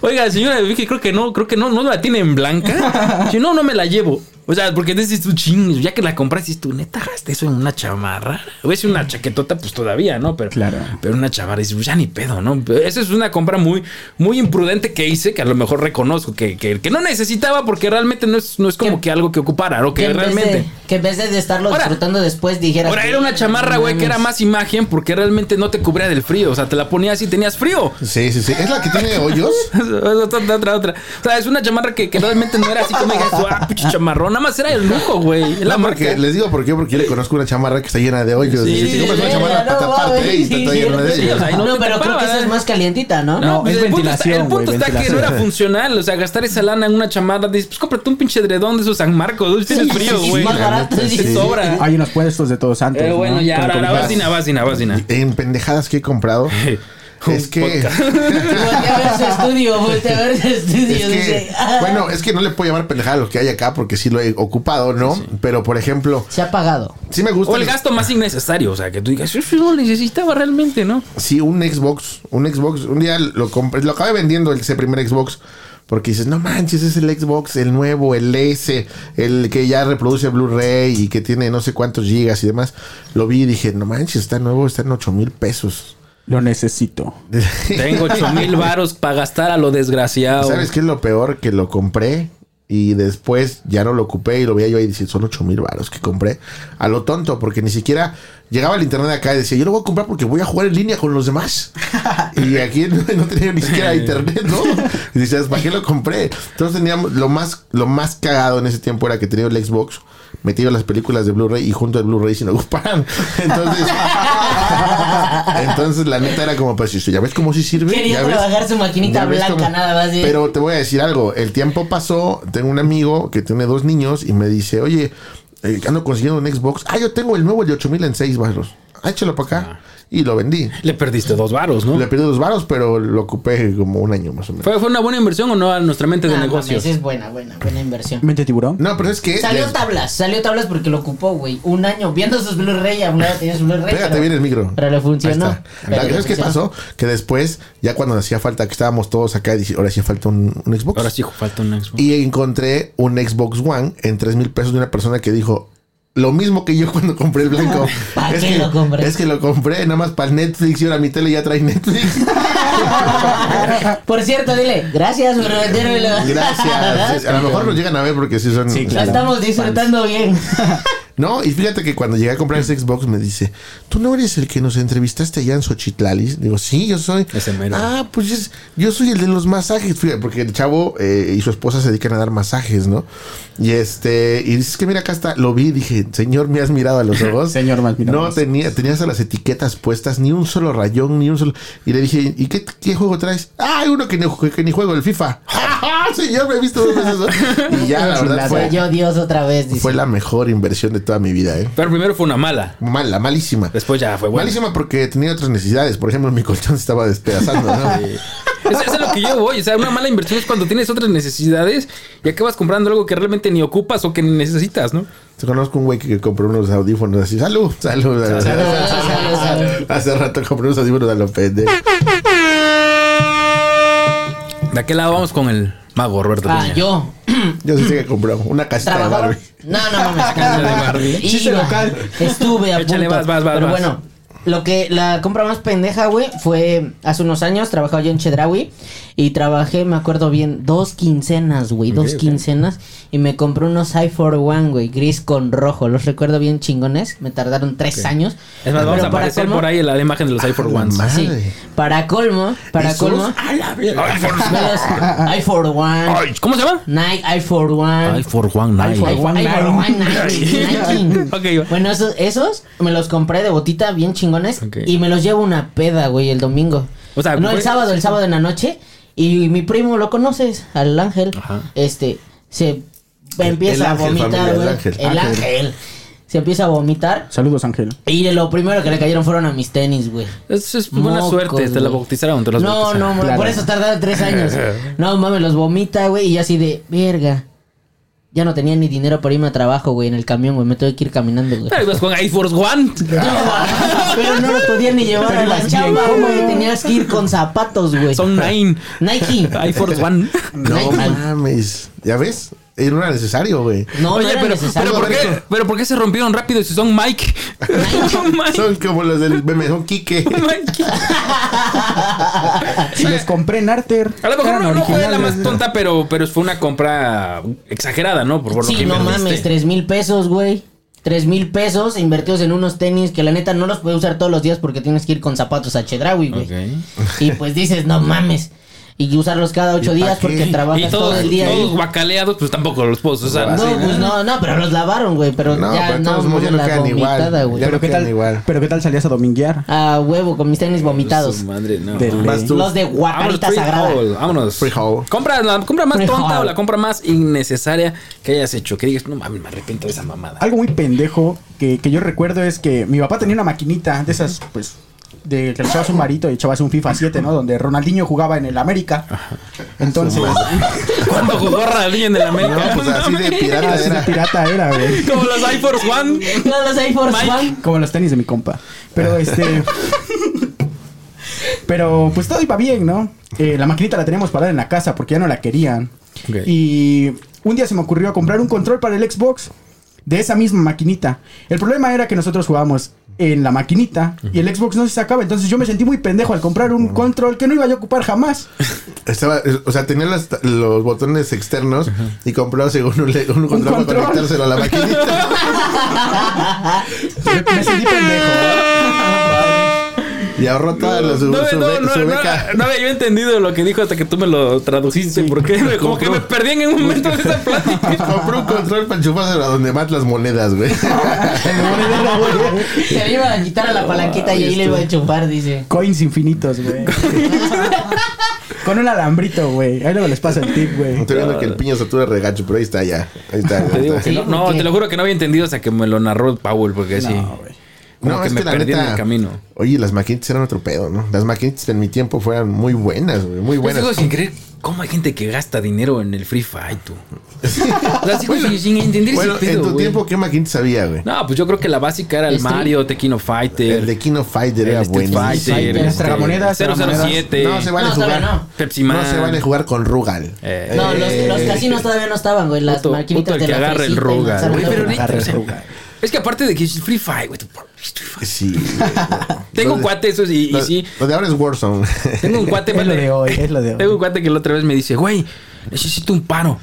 Oiga, señora, vi que creo que no, creo que no, no la tiene en blanca. Si no, no me la llevo. O sea, porque dices tú, ching, ya que la compras, dices tú, neta, gasté eso en una chamarra. O es una chaquetota, pues todavía, ¿no? Pero,
Claro.
pero una chamarra, dices, "Pues, ya ni pedo, ¿no? Pero Eso es una compra muy, muy imprudente que hice, que a lo mejor reconozco, que, que, que no necesitaba porque realmente no es, no es como
Que-
que algo que ocupara, ¿no?
Que
Que
en, vez
realmente.
de, que en vez de estarlo
Ahora-
disfrutando después dijeras.
Ahora
que-
era una chamarra, güey, que era más imagen porque realmente no te cubría del frío. O sea, te la ponías y tenías frío.
Sí, sí, sí. ¿Es la que tiene hoyos?
otra, otra, otra. O sea, es una chamarra que, que realmente no era así como digas, ah, pinche chamarrón. Nada más era el lujo, güey. Es
No,
La
porque,
marca.
les digo por qué, porque yo le conozco una chamarra que está llena de hoyos.
Sí,
y si te compras una
sí,
chamarra
no
para taparte
mames,
y está
sí,
toda llena de
sí,
o
ellos.
sea, Ay, no
no,
te
pero creo
tapaba,
que esa
¿eh?
es más calientita, ¿no?
No, es
pues, el punto está-
ventilación, güey,
el punto está que no
ventilación.
era funcional. O sea, gastar esa lana en una chamarra. Dices, pues cómprate un pinche edredón de esos San Marcos. Uy, Tienes
Sí,
frío,
sí, sí,
güey.
Más
la
barato.
neta,
sí,
sí.
Sobra.
Hay unos puestos de todos santos.
Pero bueno,
¿no?
ya, ahora,
Con-
ahora
con-
vas, Dina, vas, Dina, vas, Dina.
En pendejadas que he comprado. es que.
Voltea a ver su estudio, voltea a ver su estudio.
Es que,
dice, ah,
bueno, es que no le puedo llamar pendejada a lo que hay acá porque sí lo he ocupado, ¿no? Pero, por ejemplo,
se ha pagado. Ah,
sí me gusta.
O el gasto más innecesario. O sea, que tú digas, yo no lo necesitaba realmente, ¿no?
Sí, un Xbox. Un Xbox. Un día lo compré, lo acabé vendiendo ese primer Xbox. Porque dices, no manches, es el Xbox, el nuevo, el S, el que ya reproduce Blu-ray y que tiene no sé cuántos gigas y demás. Lo vi y dije, no manches, está nuevo, está en 8 mil pesos.
Lo necesito.
Tengo ocho mil varos para gastar a lo desgraciado.
¿Sabes qué es lo peor? Que lo compré y después ya no lo ocupé y lo veía yo ahí y decía, son 8 mil baros que compré. A lo tonto, porque ni siquiera llegaba el internet acá y decía, yo lo voy a comprar porque voy a jugar en línea con los demás. y aquí no, no tenía ni siquiera internet, ¿no? Y dices, ¿para qué lo compré? Entonces teníamos, lo más, lo más cagado en ese tiempo era que tenía el Xbox. Metido las películas de Blu-ray y junto al Blu-ray sin ocupar. Entonces, entonces la neta era como, pues, ya ves cómo sí sirve.
Quería
¿Ya ves?
trabajar su maquinita
Ya ves
blanca,
cómo-
nada más. ¿eh?
Pero te voy a decir algo. El tiempo pasó. Tengo un amigo que tiene dos niños y me dice, oye, eh, ando consiguiendo un Xbox. Ah, yo tengo el nuevo, el de 8000 en 6 barros. Ah, échalo para acá. Y lo vendí.
Le perdiste dos varos, ¿no?
Le perdí dos varos, pero lo ocupé como un año más o menos.
¿Fue, fue una buena inversión o no a nuestra mente de
Ah,
negocios?
mames, es buena, buena, buena inversión.
¿Mente tiburón?
No, pero es que...
Salió
les-
tablas, salió tablas porque lo ocupó, güey. Un año viendo sus Blu-ray, a un lado tenía su Blu-ray.
Pégate
pero-
bien el micro.
Pero le
Ahí
funcionó.
está.
Pero
La-
le
¿Sabes qué
funcionó.
pasó? Que después, ya cuando hacía falta, que estábamos todos acá, dije, ahora sí falta un, un Xbox.
Ahora sí falta un Xbox.
Y encontré un Xbox One en 3 mil pesos de una persona que dijo. Lo mismo que yo cuando compré el blanco.
¿Para
es
qué
que,
lo compré?
Es que lo compré nada más para Netflix y ahora mi tele ya trae Netflix.
Por cierto, dile, gracias por vendérmelo.
Gracias. A lo mejor lo llegan a ver porque sí son.
Sí,
Lo
claro.
estamos disfrutando bien.
No, y fíjate que cuando llegué a comprar ese Xbox me dice, ¿tú no eres el que nos entrevistaste allá en Xochitlalis? Digo, sí, yo soy.
Ese mero.
Ah, pues es- yo soy el de los masajes. Fíjate, porque el chavo eh, y su esposa se dedican a dar masajes, ¿no? Y este, y dices que mira, acá está, lo vi y dije, señor, me has mirado a los ojos.
Señor, me has mirado a
No,
los
tenía, tenías a las etiquetas puestas, ni un solo rayón, ni un solo. Y le dije, ¿y qué, qué juego traes? Ah, hay uno que ni, ju- que ni juego, el FIFA. señor, me he visto dos veces. ¿no? Y ya, la verdad, fue,
Yo Dios otra vez, dice.
fue la mejor inversión de toda mi vida, ¿eh?
Pero primero fue una mala.
Mala, malísima.
Después ya fue buena.
Malísima porque tenía otras necesidades. Por ejemplo, mi colchón se estaba despedazando, ¿no?
Eso, eso es lo que yo voy. O sea, una mala inversión es cuando tienes otras necesidades y acabas comprando algo que realmente ni ocupas o que ni necesitas, ¿no?
Te conozco un güey que compró unos audífonos así. Salud, salud. salud,
Salud, salud, salud.
Hace rato compré unos audífonos a lo pendejo.
¿De qué lado vamos con el mago Roberto?
Ah,
Peña?
yo
Yo sí sé que compró una
Este,
casita de
trabajaba.
Barbie.
No, no mames, casa de Barbie.
Chiste
Iba,
local.
Estuve a
Échale,
punto.
vas, vas, vas,
Pero
vas.
bueno, lo que la compra más pendeja, güey, fue hace unos años. Trabajaba yo en Chedraui y trabajé, me acuerdo bien, dos quincenas, güey, dos quincenas. Y me compré unos iPhone One, güey, gris con rojo. Los recuerdo bien chingones. Me tardaron tres años.
Es más, vamos
Pero
a
para
aparecer
colmo-
por ahí en la imagen de los iPhone Ones.
madre.
Sí, para colmo, para
Esos-
colmo.
A la verga.
me los- iPhone One,
Ay, ¿Cómo se llama?
Nike iPhone One,
iPhone One
Ay,
Ay,
ay,
Juan
ay,
Naro.
Juan Naro. Nike.
Ok, va.
Bueno, esos, esos me los compré de botita, bien chingones.
Ok.
Y me los llevo una peda, güey, el domingo.
O sea,
no, el
fue-
sábado, el sábado en la noche. Y mi primo, ¿lo conoces? Al ángel. Este, se empieza a
ángel, familia,
vomitar,
el
güey.
ángel.
El
Ángel.
ángel. Se empieza a vomitar.
Saludos, Ángel.
Y de lo primero que le cayeron fueron a mis tenis, güey.
Eso es buena
Mocos,
suerte. Te la
güey.
bautizaron, te las
No,
bautizaron.
no, mo-
Claro.
por eso tardaron tres años. No, mames, los vomita, güey, y así de, verga. Ya no tenía ni dinero para irme a trabajo, güey, en el camión, güey. Me tuve que ir caminando, güey.
Ahí vas con Air Force One.
Pero no los podía ni llevar a la chamba, güey. Tenías que ir con zapatos, güey.
Son nine.
Nike.
Air Force One.
No
Nike.
mames. ¿Ya ves? Eh, No era necesario, güey.
No, no
Oye,
era
pero,
necesario.
pero, ¿por qué, pero ¿por qué se rompieron rápido si son Mike? Son Mike.
Son como los del meme, son Quique.
Mike.
Si los compré en Arter.
A lo mejor
eran
no, no fue la
originales.
más tonta, pero, pero fue una compra exagerada, ¿no? Por, por lo
Sí,
que
no
invertiste.
mames, tres mil pesos, güey. Tres mil pesos invertidos en unos tenis que la neta no los puedes usar todos los días porque tienes que ir con zapatos a Chedraui, güey. Y pues dices, no mames. Y usarlos cada ocho
¿Y pa'
días porque
qué?
trabajas
Y
todo
todos,
el día.
todos
ahí.
guacaleados, pues tampoco los puedo usar.
no,
así, ¿no?
pues no, no, pero los lavaron, güey. Pero
No,
ya
pero de
no,
todos modos ya no
la
quedan igual.
vomitada, güey.
Ya
Pero
no
qué
quedan
tal,
igual.
pero qué tal salías a dominguear.
A huevo, con mis tenis vomitados.
Su madre, no.
Del-
Vas tú.
Los de
Vámonos,
guacarita
free
sagrada.
haul, vámonos.
Free haul.
Compra, la compra más
Free
tonta
haul.
o la compra más innecesaria que hayas hecho. Que digas, no mames, me arrepiento de esa mamada.
Algo muy pendejo que, que yo recuerdo es que mi papá tenía una maquinita de esas, pues, de que le echabas un marito y echabas un FIFA 7, ¿no? Donde Ronaldinho jugaba en el América. Entonces,
Cuando jugó Ronaldinho en el
No,
América.
pues así de pirata
así de
era.
pirata era, güey.
Como los Air Force One.
No, los Air Force
Mike.
One.
Como los tenis de mi compa. Pero este. pero pues todo iba bien, ¿no? Eh, la maquinita la teníamos parada en la casa porque ya no la querían.
Ok.
Y un día se me ocurrió comprar un control para el Xbox de esa misma maquinita. El problema era que nosotros jugábamos en la maquinita y el Xbox no se sacaba. Entonces yo me sentí muy pendejo al comprar un control que no iba yo a ocupar jamás.
Estaba, o sea, tenía las- los botones externos y compraba según un, le- un control para
control.
conectárselo a la maquinita.
Me, me sentí pendejo.
Y ahorró toda la, su,
No,
su
no,
be-
no, no,
su
no,
beca.
no había yo entendido lo que dijo hasta que tú me lo traduciste. Porque me- como que me perdí en un momento de esa plática.
Compró un control para enchufárselo a donde más las monedas, güey.
Se le iba a quitar a la palanquita y ahí le iba a chupar, dice.
Coins infinitos, güey. Con un alambrito, güey. Ahí luego les pasa el tip, güey.
Estoy viendo que el piño satura de regacho, pero ahí está ya. Ahí está.
Te digo que
Sí,
no, no,
porque-
te lo juro que no había entendido hasta que me lo narró Powell, porque sí. Como que me perdí en el camino.
Oye, las maquinitas eran otro pedo, ¿no? Las maquinitas en mi tiempo fueran muy buenas, güey. Muy
Yo
buenas.
sigo sin creer cómo hay gente que gasta dinero en el Free Fight, tú. O sea, sigo sin- sin entender
Bueno,
ese pedo,
en tu
güey.
tiempo, Este- ¿qué maquinitas había, güey?
No, pues yo creo que la básica era el
Street-
Mario, Tequino Fighter.
El de Kino Fighter era
el Street
bueno.
Fighter,
Las
este,
tragamonedas,
007.
No se vale
No, todavía
jugar.
no.
Pepsi Man.
No se vale jugar con Rugal.
Eh,
No, los, los casinos todavía no estaban, güey. Las
puto- puto
maquinitas
el
de
que
la
agarra el
fresita y
Rugal.
manzana
Güey,
de
pero
uva.
ahorita,
agarra
o sea,
el Rugal.
Es que aparte de que es Free Fight, güey. tú- Free Fight.
Sí. güey.
Tengo
Lo de-
cuates esos y, y
lo-
sí.
Lo de ahora es Warzone.
Tengo un cuate,
Es lo
vale.
de hoy, es lo de hoy.
Tengo un cuate que la otra vez me dice, güey, necesito un paro.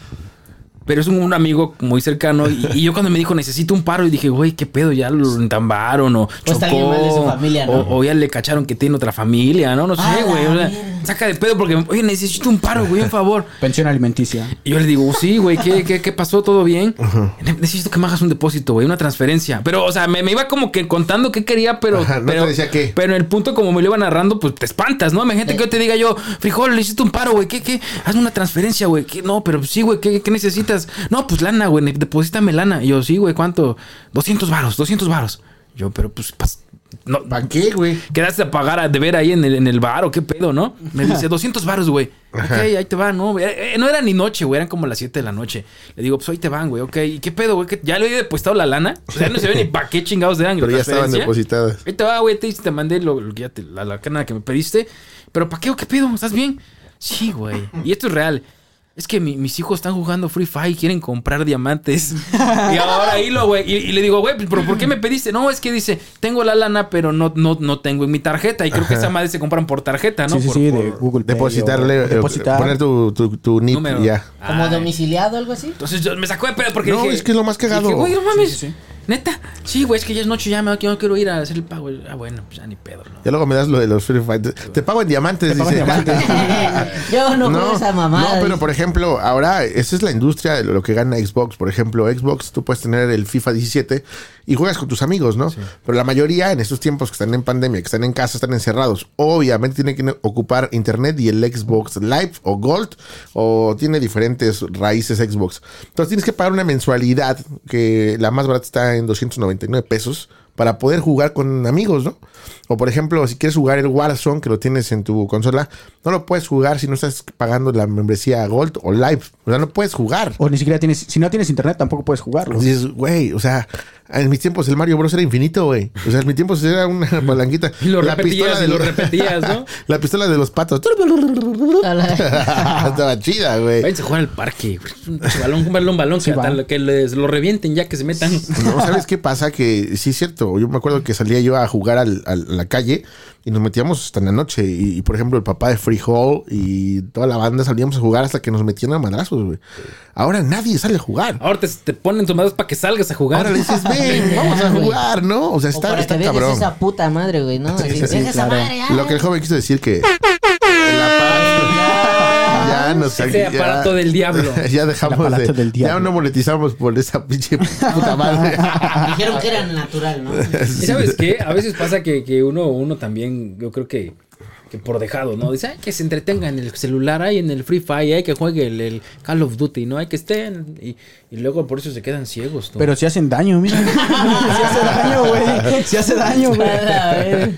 Pero es un, un amigo muy cercano. Y, y yo cuando me dijo, necesito un paro, y dije, güey, qué pedo, ya lo entambaron o chocó.
está alguien mal de su familia, ¿no?
o, o ya le cacharon que tiene otra familia, ¿no? No sé,
Ah,
güey.
la
o sea,
mierda.
saca de pedo porque, oye, necesito un paro, güey, un favor.
Pensión alimenticia.
Y yo le digo, sí, güey, ¿qué, qué, qué pasó? ¿Todo bien? Ne- Necesito que me hagas un depósito, güey, una transferencia. Pero, o sea, me, me iba como que contando qué quería, pero.
Ajá, no te
pero,
decía qué.
Pero en el punto como me lo iba narrando, pues te espantas, ¿no? Imagínate que yo te diga yo, frijol, le hiciste un paro, güey, ¿qué, qué? Hazme una transferencia, güey. ¿Qué? No, pero sí, güey, ¿qué, qué necesitas? No, pues lana, güey, ne- deposítame lana. Y yo, sí, güey, ¿cuánto? 200 varos, 200 varos. Yo, pero pues. pas- no,
¿Para qué, güey?
quedaste a pagar a deber ahí en el, en el bar o qué pedo, ¿no? Me dice 200 baros, güey. Ok, ahí te van, ¿no? Eh, eh, no era ni noche, güey, eran como las 7 de la noche. Le digo, pues ahí te van, güey, ok. ¿Y qué pedo, güey? ¿Qué- ¿Ya le he depositado la lana? O sea, no se ve ni para qué chingados de ángulo.
Pero ya estaban depositadas.
Ahí te va, güey, te, te mandé lo, lo que ya te- la, la cana que me pediste. Pero ¿para qué o qué pedo? ¿Estás bien? Sí, güey. Y esto es real. Es que mi- mis hijos están jugando Free Fire y quieren comprar diamantes. y ahora hilo, güey. Y, y le digo, güey, pero ¿por qué me pediste? No, es que dice, tengo la lana, pero no, no, no tengo en mi tarjeta. Y creo que esa madre se compran por
Ah,
tarjeta, ¿no?
sí, sí,
Por-
sí,
por-
de Google Pay
Depositarle,
o-
eh, poner tu, tu, tu NIP
Número.
y ya.
Como
Ay.
domiciliado, algo así.
Entonces yo- me sacó de pedo porque
No,
dije...
es que es lo más cagado.
Dije, güey, no mames.
Sí, sí, sí.
Neta. Sí, güey, es que ya es noche, ya me yo no quiero ir a hacer el pago. Ah, bueno, pues ya ni pedo, ¿no?
Ya luego me das lo de los Free Fighters. Te pago en diamantes,
Te pago en
dice.
Yo no, juego esa mamada.
no, pero
dice.
por ejemplo, ahora esa es la industria de lo que gana Xbox. Por ejemplo, Xbox, tú puedes tener el FIFA 17 y juegas con tus amigos, ¿no? Pero la mayoría en estos tiempos que están en pandemia, que están en casa, están encerrados, obviamente tienen que ocupar internet y el Xbox Live o Gold o tiene diferentes raíces Xbox. Entonces tienes que pagar una mensualidad que la más barata está en 299 pesos para poder jugar con amigos, ¿no? O por ejemplo, si quieres jugar el Warzone que lo tienes en tu consola, no lo puedes jugar si no estás pagando la membresía Gold o Live. O sea, no puedes jugar.
O ni siquiera tienes, si no tienes internet tampoco puedes jugarlo.
Dices, güey, o sea, en mis tiempos el Mario Bros era infinito, güey. O sea, en mis tiempos era una palanquita.
Y lo repetías, y lo repetías, ¿no?
la pistola de los patos.
A la-
Estaba chida, güey.
Váyanse a jugar al parque. güey. Un balón, un balón, balón. que,
va.
tal- que les lo revienten ya que se metan.
Pues, No, ¿sabes qué pasa? Que sí es cierto. Yo me acuerdo que salía yo a jugar al- al- a la calle y nos metíamos hasta en la noche. Y, y, por ejemplo, el papá de Free Hall y toda la banda salíamos a jugar hasta que nos metían a madrazos, güey. Ahora nadie sale a jugar.
Ahora te, te ponen tomadas para que salgas a jugar.
Ahora le dices, ven, vamos a
güey.
jugar, ¿no? O sea,
O
está,
para
está
que dejes
cabrón.
esa puta madre, güey, ¿no? Así,
sí,
deja esa
claro.
madre, ya.
Lo que el joven quiso decir que. Ya, ya nos
Ese
ya-
aparato del diablo.
Ya dejamos de.
aparato del
ya
diablo.
no monetizamos por esa pinche puta madre. ah,
Dijeron que era natural, ¿no?
¿Y sabes qué? A veces pasa que, que uno, uno también, yo creo que, que por dejado, ¿no? Dice, ay, que se entretenga en el celular, hay en el Free Fire, hay que juegue el, el Call of Duty, ¿no? Hay que estén. Y, y luego por eso se quedan ciegos, ¿no?
Pero si hacen daño, mira. si hace daño, güey. Si hace daño, güey.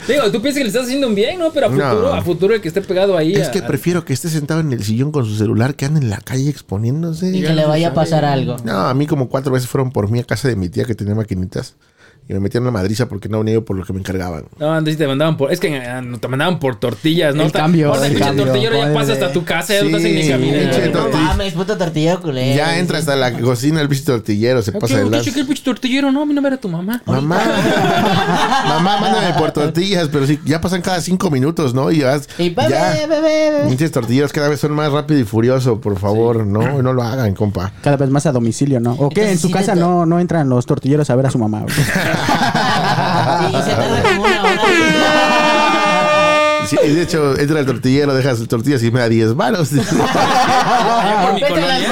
Digo, tú piensas que le estás haciendo un bien, ¿no? Pero a
No.
futuro, a futuro el que esté pegado ahí.
Es
a-
que prefiero que esté sentado en el sillón con su celular que ande en la calle exponiéndose.
Y que le vaya a pasar algo.
No, a mí como cuatro veces fueron por mí a casa de mi tía que tenía maquinitas y me metieron una madriza porque no venía yo por lo que me encargaban.
No, antes te mandaban por. Es que ah, no, te mandaban por tortillas, ¿no?
El
Ahorita-
cambio,
Ahorita
el
pinche
cambio,
tortillero ya
madre.
pasa hasta tu casa, ya no estás en ni
Sí,
camino.
pinche
¿no?
No
tortilla.
mames, puto tortillero culero.
Ya entra hasta la cocina el bicho tortillero, se
¿Qué,
pasa de
qué,
lanza.
chica, el pinche tortillero? No, a mí no me era tu mamá.
Mamá, mamá, mándame por tortillas, pero sí, ya pasan cada cinco minutos, ¿no? Y vas,
Y bebé,
ya,
bebé, bebé.
pinches tortilleros cada vez son más rápido y furioso, por favor, no, no lo hagan, compa.
Cada vez más a domicilio, ¿no? O que en
Entonces,
su
sí,
casa
neta.
no, no entran los tortilleros a ver a su mamá. güey.
Sí, se tarda como una hora.
Sí, y de hecho, entra el tortillero, deja sus tortillas y me da 10 varos.
Allá Ah, por mi
Ah, Vete a las
colonia.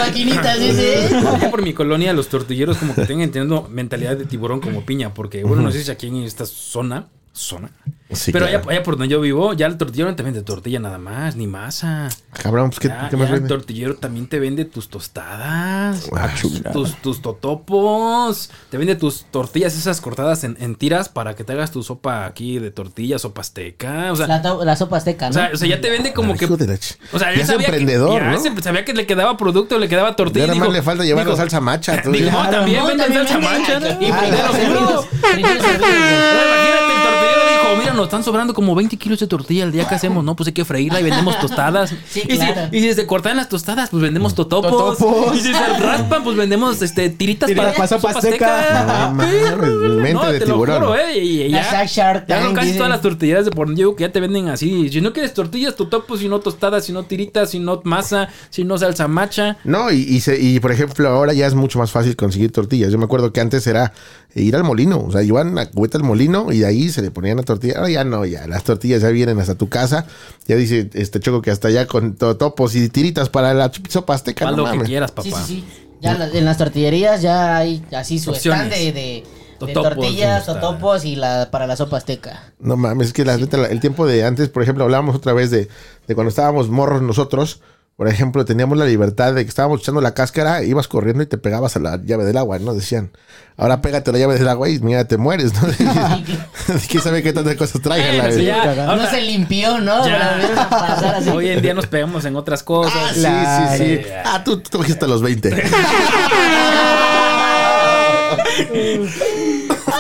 maquinitas, dice.
Allá por mi colonia, los tortilleros como que tengan teniendo mentalidad de tiburón como piña, porque bueno, no sé si aquí en esta zona, zona.
Sí,
pero
claro.
allá, allá por donde yo vivo, ya el tortillero no te vende tortilla nada más, ni masa.
Cabrón, pues, ¿qué,
Ya,
qué más
ya el
vende?
tortillero también te vende tus tostadas,
Ah,
tus- tus, tus totopos, te vende tus tortillas esas cortadas en, en tiras para que te hagas tu sopa aquí de tortillas, sopa azteca. O sea,
La, to- la sopa azteca,
o
¿no?
sea, o sea, ya te vende como que.
Hijo de la ch-
O sea,
Ya
él
es
sabía
emprendedor,
que, ya
¿no?
se- sabía que le quedaba producto, le quedaba tortilla.
Ya nada más
digo,
le falta llevar
digo,
la salsa macha. tú,
Digo,
ya.
no, también
No,
venden salsa mancha. ¿no? Y
Ah,
primero, segundo.
los servidos, primero servidos.
Pero Imagínate, el tortillero dijo, mira, nos están sobrando como 20 kilos de tortilla al día que hacemos, ¿no? Pues hay que freírla y vendemos tostadas.
Sí,
y, si-
claro.
y si, se cortan las tostadas, pues vendemos totopos.
Totopos.
Y si se raspan, pues vendemos este, tiritas
Tiritas para sopa azteca.
"Ah,
No mames, Ah, mente de
te lo
tiburón.
juro, eh, y- y
La
ya-
Shark Shark
ya no
Tank,
casi
dicen.
todas las tortilleras de por donde yo digo que ya te venden así. Si no quieres tortillas, totopos, si no tostadas, si no tiritas, si no masa, si no salsa macha.
No, y, y se- y, por ejemplo, ahora ya es mucho más fácil conseguir tortillas. Yo me acuerdo que antes era ir al molino. O sea, iban a cubeta al molino y de ahí se le ponían la tortilla. Ahora ya no, ya. Las tortillas ya vienen hasta tu casa. Ya dice este Choco que hasta allá con to- topos y tiritas para la ch- sopa azteca.
Haz
No
lo que
mames.
quieras,
Sí,
papá.
sí, sí. Ya la- en las tortillerías ya hay así su stand de,
Opciones.
de- de
Totopos,
tortillas,
tostadas.
totopos y la para la sopa azteca.
No mames, es que la neta, la- el tiempo de antes, por ejemplo, hablábamos otra vez de, de cuando estábamos morros nosotros. Por ejemplo, teníamos la libertad de que estábamos echando la cáscara, ibas corriendo y te pegabas a la llave del agua, ¿no? Decían, ahora pégate a la llave del agua y mira, te mueres, ¿no? ¿Quién sabe qué tantas cosas traigan? La Ah,
Pero
verdad?
ya, ahora-
no se limpió, ¿no?
Ya.
La Oh, vieron pasar así.
Hoy en día nos pegamos en otras
Ah,
cosas.
sí,
La-
sí, sí. Ah, tú tú trajiste a los 20.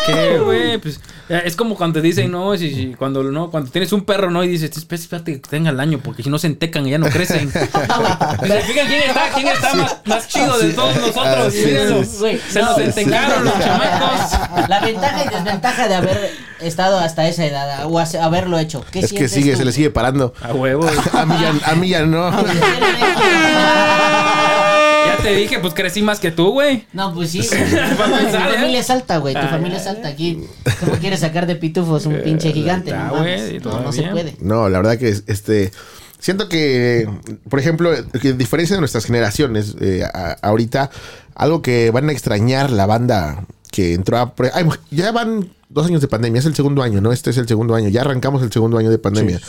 ¿Qué, güey? Pues, eh, es como cuando te dicen, no, si, si- cuando no, cuando tienes un perro, ¿no? Y dices, "Espérate, espérate que tenga el año, porque si no se entecan y ya no crecen. Se fijan quién está, quién está más, más chido de todos
Ah,
nosotros.
sí,
Y eso,
sí,
Güey,
Se
no,
nos
sí.
entengaron los chamacos.
La ventaja y desventaja de haber estado hasta esa edad o hace- haberlo hecho. ¿Qué
Es que
sientes
sigue,
tú?
se le sigue parando.
A huevo.
A mí ya, Ah, a mí ya no.
Ya te dije, pues crecí más que tú, güey.
No, pues sí.
Va a
Tu
pensar, ¿eh?
familia es alta, güey. Tu
Ah,
familia
ya,
es alta aquí. ¿Cómo quieres sacar de pitufos un pinche gigante?
está,
No, mames.
güey,
no, no se
todavía.
puede.
No, la verdad que es- este. Siento que, por ejemplo, que a diferencia de nuestras generaciones, eh, a- ahorita, algo que van a extrañar la banda que entró a... pre- ay, ya van dos años de pandemia, es el segundo año, ¿no? Este es el segundo año, ya arrancamos el segundo año de pandemia.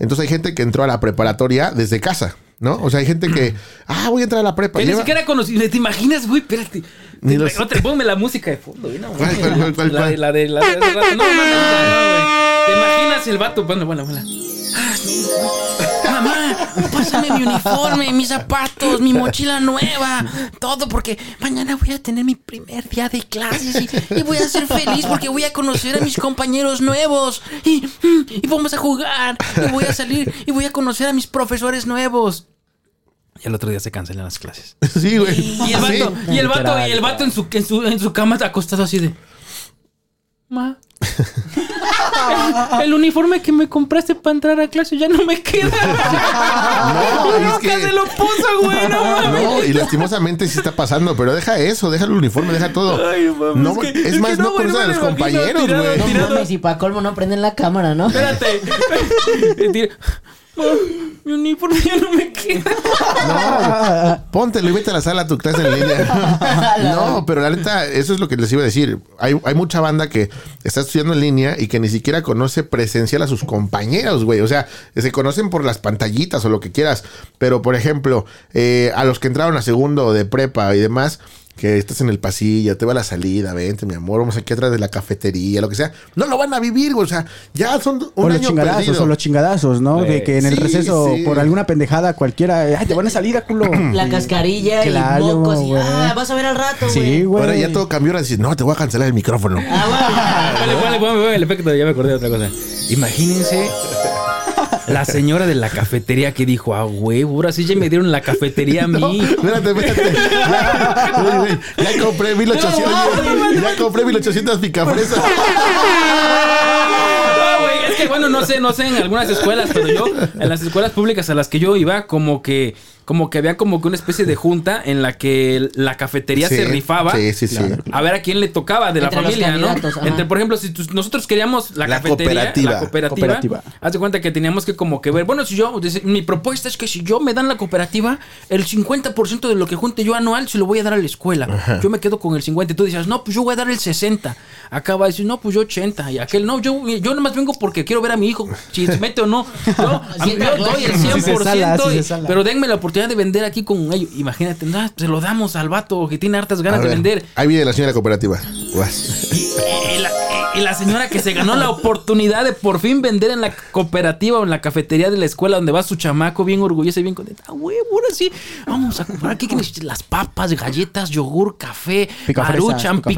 Entonces hay gente que entró a la preparatoria desde casa, ¿no? O sea, hay gente que, ah, voy a entrar a la prepa.
Él ni
lleva-
siquiera conocí. ¿Te imaginas, güey? Espérate.
Ni
Te-
los-
Otra, ponme la música de fondo, güey. No,
¿Cuál,
güey.
cuál, cuál, cuál,
la, de,
cuál?
la de la de- No, no, no, no, no, güey. ¿Te imaginas el vato? Bueno, bueno, bueno.
Mamá, pásame mi uniforme, mis zapatos, mi mochila nueva, todo, porque mañana voy a tener mi primer día de clases y, y voy a ser feliz porque voy a conocer a mis compañeros nuevos y, mm, y vamos a jugar y voy a salir y voy a conocer a mis profesores nuevos.
Y el otro día se cancelan las clases.
Sí, güey.
Y el
Sí.
vato, y el vato, y el vato en su, en su, en su cama acostado así de. Ma. El uniforme que me compraste para entrar a clase ya no me queda.
No, es
Nunca
que-
se lo puso, güey. No mames.
No, y lastimosamente sí está pasando, pero deja eso, deja el uniforme, deja todo.
Ay, mames,
no,
es
es,
que- es
más,
que
no,
no, güey,
conocen
no
a
me
los
lo imagino
compañeros,
tirado,
güey.
No
No,
Tirado.
mames, y para colmo no prenden la cámara, ¿no?
Espérate. Eh, tira- Oh, mi uniforme ya no me queda.
no, póntelo y vete a la sala a tu clase en línea. No, pero la neta, eso es lo que les iba a decir. Hay, hay mucha banda que está estudiando en línea y que ni siquiera conoce presencial a sus compañeros, güey. O sea, se conocen por las pantallitas o lo que quieras. Pero, por ejemplo, eh, a los que entraron a segundo de prepa y demás, que estás en el pasillo, te va la salida, vente, mi amor, vamos aquí atrás de la cafetería, lo que sea. No lo van a vivir, güey. O sea, ya son un
O los
año
chingadazos,
perdido.
o los chingadazos, ¿no? De que en el
Sí,
receso,
sí.
por alguna pendejada cualquiera, ay, te van a salir a culo.
La cascarilla
Claro,
y mocos. Y,
güey.
ah, vas a ver al rato, güey. Ah,
Sí, güey.
Ahora ya todo cambió, ahora dices, no, te voy a cancelar el micrófono.
Vale, vale, vale, vale, el efecto, ya me acordé de otra cosa. Imagínense la señora de la cafetería que dijo, ah, huevo, ahora sí ya me dieron la cafetería a mí.
Espérate, espérate. Ya, güey, güey, ya compré 1800. ya compré 1800 picafresas.
¡Ah!
No, güey, es que bueno, no sé, no sé en algunas escuelas, pero yo, en las escuelas públicas a las que yo iba, como que, como que había como que una especie de junta en la que la cafetería
Sí,
se rifaba.
sí, sí, sí.
A ver a quién le tocaba de
Entre
la
los
familia, ¿no?
candidatos, ajá.
Entre, por ejemplo, si tus- nosotros queríamos la,
La
cafetería,
cooperativa.
la cooperativa,
Cooperativa.
haz de cuenta que teníamos que como que ver, bueno, si yo, dice, mi propuesta es que si yo me dan la cooperativa, el 50% de lo que junte yo anual se lo voy a dar a la escuela. Yo me quedo con el 50 y tú dices, no, pues yo voy a dar el 60. Acá va a decir, no, pues yo 80. Y aquel, no, yo, yo nomás vengo porque quiero ver a mi hijo, si se mete o no. Yo, a mí- yo doy el 100%,
Si se sala, si se sala.
pero denme la oportunidad de vender aquí con ellos. Imagínate, no, se lo damos al vato que tiene hartas
A
ganas de
ver,
vender.
Ahí viene la señora de la cooperativa. Guas.
Y eh, la, y la señora que se ganó la oportunidad de por fin vender en la cooperativa o en la cafetería de la escuela donde va su chamaco, bien orgullosa y bien contenta. Ah, huevo, ahora sí. Vamos a comprar. ¿Qué quieres? Las papas, galletas, yogur, café,
Picafresas,
maruchan,
picafresas.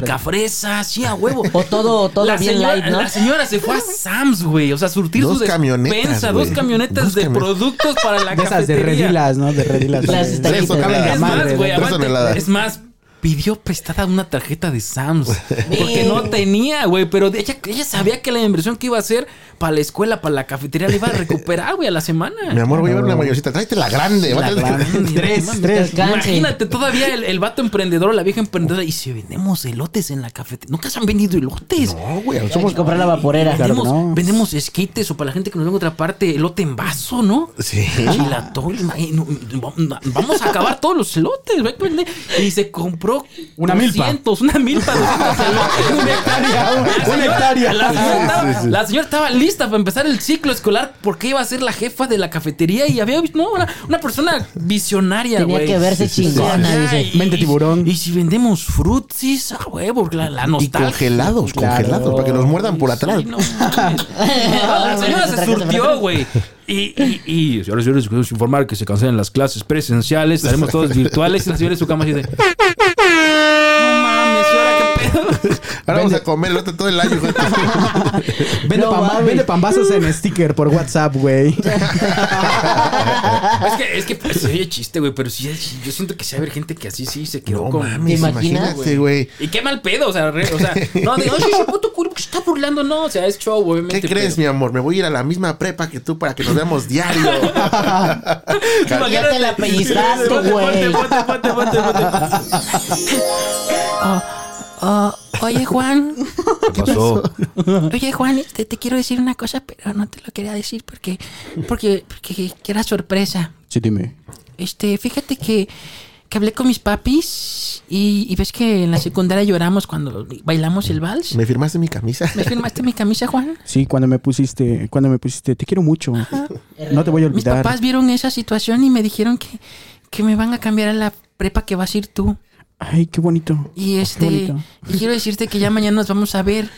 picafresas. Sí, a huevo.
O todo- todo
la
bien
señora,
light, ¿no?
La señora se fue a Sam's, güey. O sea, surtir
Dos
su
camionetas,
despensa,
güey.
dos camionetas
Dos
de
camionetas.
productos para la
De esas de
cafetería.
redilas, ¿no? De redilas.
Las
también.
está-
Tres toneladas.
la
Es
madre,
más,
de
güey,
tres
aguante,
toneladas.
es más, pidió prestada una tarjeta de Sam's. Porque no tenía, güey. Pero de- ella, ella sabía que la inversión que iba a hacer para la escuela, para la cafetería, la iba a recuperar, güey, a la
Mi
semana.
amor, voy a llevar una mayorcita. Tráete la grande. va a tener que-
grande,
Tres,
no mames.
tres.
Alcance.
Imagínate todavía el, el vato emprendedor, o la vieja emprendedora. Y si vendemos elotes en la cafetería. Nunca se han vendido elotes.
No, güey.
Hay
Somos.
que comprar la vaporera.
Claro.
vendemos,
no.
vendemos esquites o para la gente que nos venga de otra parte, elote en vaso, ¿no?
Sí.
Chilatol, imagi- no, va- vamos a acabar todos los elotes, ¿ve? Y se compró
Una milpa.
200, una milpa, 200 elotes. Una hectárea,
una hectárea.
La señora, estaba,
Sí, sí.
la señora estaba lista para empezar el ciclo escolar porque iba a ser la jefa de la cafetería y había visto, no, una, una persona visionaria,
Tenía
güey.
que verse chingona,
Ajá,
dice.
y-
Mente tiburón.
Y si vendemos frutis, a huevo, la, la
Y
nostalgia.
congelados,
Claro.
congelados, para que nos muerdan por atrás.
Sí, no mames. La señora se surtió, güey. Y, y, y, señoras y señores, queremos informar que se cancelan las clases presenciales, estaremos todos virtuales. Y la señora en su cama así de. No mames, señora, qué pedo.
Ahora vamos a comer el otro todo el año. güey.
Vende,
No
pamba-
mames.
vende pambazos en sticker por WhatsApp, güey.
Es que, es que pues, se oye chiste, güey, pero sí, sí, yo siento que sí va a haber gente que así sí se quedó
No
con.
mames,
imaginas,
imagínate, güey.
Y qué mal pedo, o sea, re- o sea no, de, oye, ese puto culo que se está burlando, no, o sea, es show, obviamente.
¿Qué crees, mi amor? Me voy a ir a la misma prepa que tú para que nos veamos diario.
pero-
Ya te la pellizcaste, güey.
Ponte, ponte, ponte, ponte, ponte.
Oh, oye Juan,
¿Qué pasó?
oye Juan, este, te quiero decir una cosa, pero no te lo quería decir porque, porque, porque era sorpresa.
Sí, dime.
Este, fíjate que, que hablé con mis papis Y, y ves que en la secundaria lloramos cuando bailamos el vals.
¿Me firmaste mi camisa?
¿Me firmaste mi camisa, Juan?
Sí, cuando me pusiste, cuando me pusiste, te quiero mucho. No te voy a
Mis
olvidar.
papás vieron esa situación y me dijeron que, que me van a cambiar a la prepa que vas a ir tú.
Ay, qué bonito.
Y este,
bonito.
y quiero decirte que ya mañana nos vamos a ver.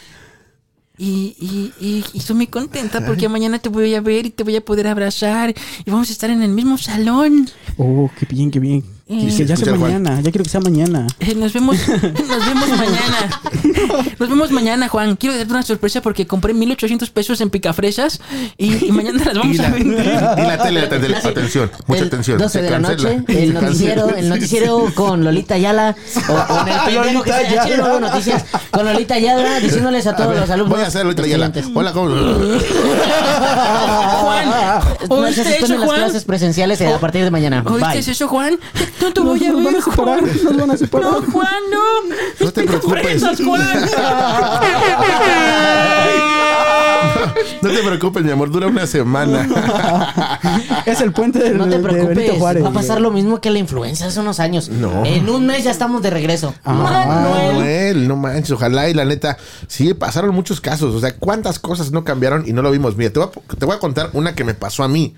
Y, y, y, y estoy muy contenta porque mañana te voy a ver y te voy a poder abrazar. Y vamos a estar en el mismo salón.
Oh, qué bien, qué bien.
Eh.
Que ya sea
Escuchar, Juan.
mañana, ya quiero que sea mañana.
Eh, nos vemos, nos vemos mañana. Nos vemos mañana, Juan. Quiero darte una sorpresa porque compré 1800 pesos en picafresas y, y mañana las vamos
Y
a
la, y
vender.
la tele, la tele, atención, mucha
El
atención.
12
se
de la
cancela,
noche,
se
el
cancela.
noticiero, el noticiero con Lolita Ayala, o, o en el pendejo que
Lolita
se llama
Ayala.
Chino Noticias, con Lolita Ayala diciéndoles a todos
ver,
los alumnos.
Voy a hacer Lolita Ayala.
estudiantes.
Hola, ¿cómo?
Juan,
No,
¿oíste
se
eso,
suspenden las
Juan? Oh,
clases presenciales eh, a partir de mañana. Bye.
¿Oíste eso, Juan? No te voy a
Nos van
ver,
a separar,
Juan.
nos van a separar.
No, Juan, no.
No te preocupes.
Presas,
No te preocupes, mi amor, dura una semana.
Es el puente de,
No te
de Benito
preocupes,
Juárez.
va a pasar lo mismo que la influenza hace unos años.
No.
En un mes ya estamos de regreso.
Ah.
Ah, Manuel, no manches, ojalá y la neta, sí, pasaron muchos casos, o sea, cuántas cosas no cambiaron y no lo vimos. Mira, te voy a, te voy a contar una que me pasó a mí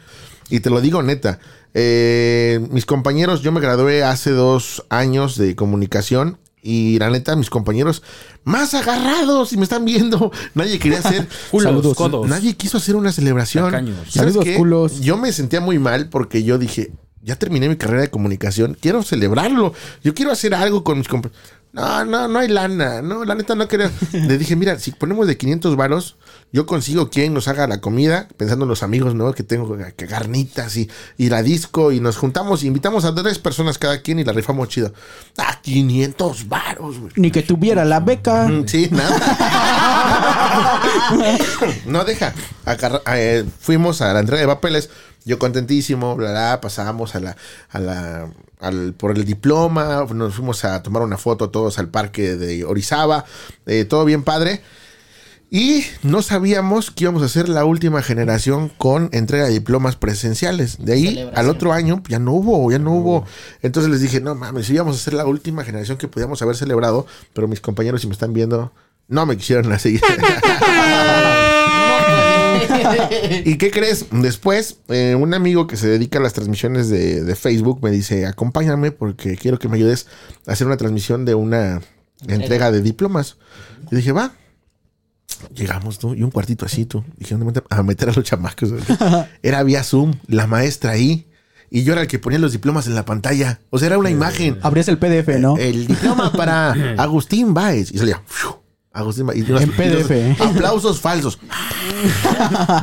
y te lo digo neta. Eh, mis compañeros, yo me gradué hace dos años de comunicación y la neta, mis compañeros más agarrados y me están viendo, nadie quería hacer
Culos,
Saludos.
codos.
Nadie quiso hacer una celebración.
Tacaños.
¿Sabes
Saludos,
qué?
culos.
Yo me sentía muy mal porque yo dije, ya terminé mi carrera de comunicación, quiero celebrarlo, yo quiero hacer algo con mis compañeros. No, no, no hay lana, no, la neta no quería. Le dije, mira, si ponemos de 500 varos, yo consigo quien nos haga la comida, pensando en los amigos, ¿no? Que tengo que garnitas y, y la disco y nos juntamos, invitamos a tres personas cada quien y la rifamos chido. Ah, 500 varos, güey.
Ni que tuviera la beca.
Mm, Sí, nada. no deja. Agarra- eh, fuimos a la entrega de papeles. Yo contentísimo, bla, bla, pasamos a la, a la, al, por el diploma, nos fuimos a tomar una foto todos al parque de Orizaba, eh, todo bien padre. Y no sabíamos que íbamos a ser la última generación con entrega de diplomas presenciales. De ahí al otro año ya no hubo, ya no hubo. Entonces les dije, no mames, íbamos a ser la última generación que podíamos haber celebrado, pero mis compañeros si me están viendo, no me quisieron así. ¿Y qué crees? Después, eh, un amigo que se dedica a las transmisiones de, de Facebook me dice, acompáñame porque quiero que me ayudes a hacer una transmisión de una entrega de diplomas. Y dije, va. Llegamos, tú Y un cuartito así, tú. Dije, ¿dónde meter- A meter a los chamacos. Era vía Zoom, la maestra ahí. Y yo era el que ponía los diplomas en la pantalla. O sea, era una imagen.
Abrías el PDF, ¿no?
El diploma para Agustín Báez. Y salía. "Fiu". Agustín Báez. Y unos-
En
y
PDF,
unos
¿eh?
Aplausos falsos.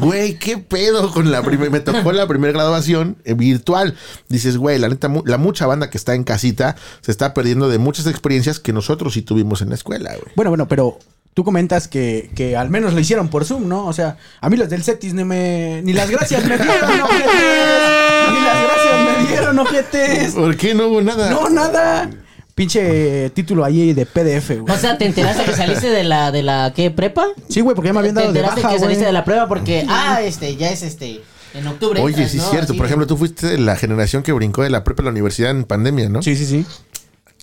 Güey, qué pedo con la primera. Me tocó la primera graduación eh, virtual. Dices, güey, la neta, mu- la mucha banda que está en casita se está perdiendo de muchas experiencias que nosotros sí tuvimos en la escuela, güey.
Bueno, bueno, pero tú comentas que, que al menos lo hicieron por Zoom, ¿no? O sea, a mí los del Cetis ni, me, ni las gracias me dieron, ojetes. Ni las gracias me dieron, ojetes.
¿Por qué no hubo nada?
No, nada. Pinche título ahí de PDF,
O
güey.
sea, ¿te enteraste que saliste de la, de la, qué, prepa?
Sí, güey, porque ya me habían
¿Te
dado de
enteraste
baja,
que
güey.
saliste de la prueba? Porque, ah, este, ya es este, en octubre.
Oye,
entras,
sí es
¿no?
cierto.
Así
Por
de-
ejemplo, tú fuiste de la generación que brincó de la prepa a la universidad en pandemia, ¿no?
Sí, sí, sí.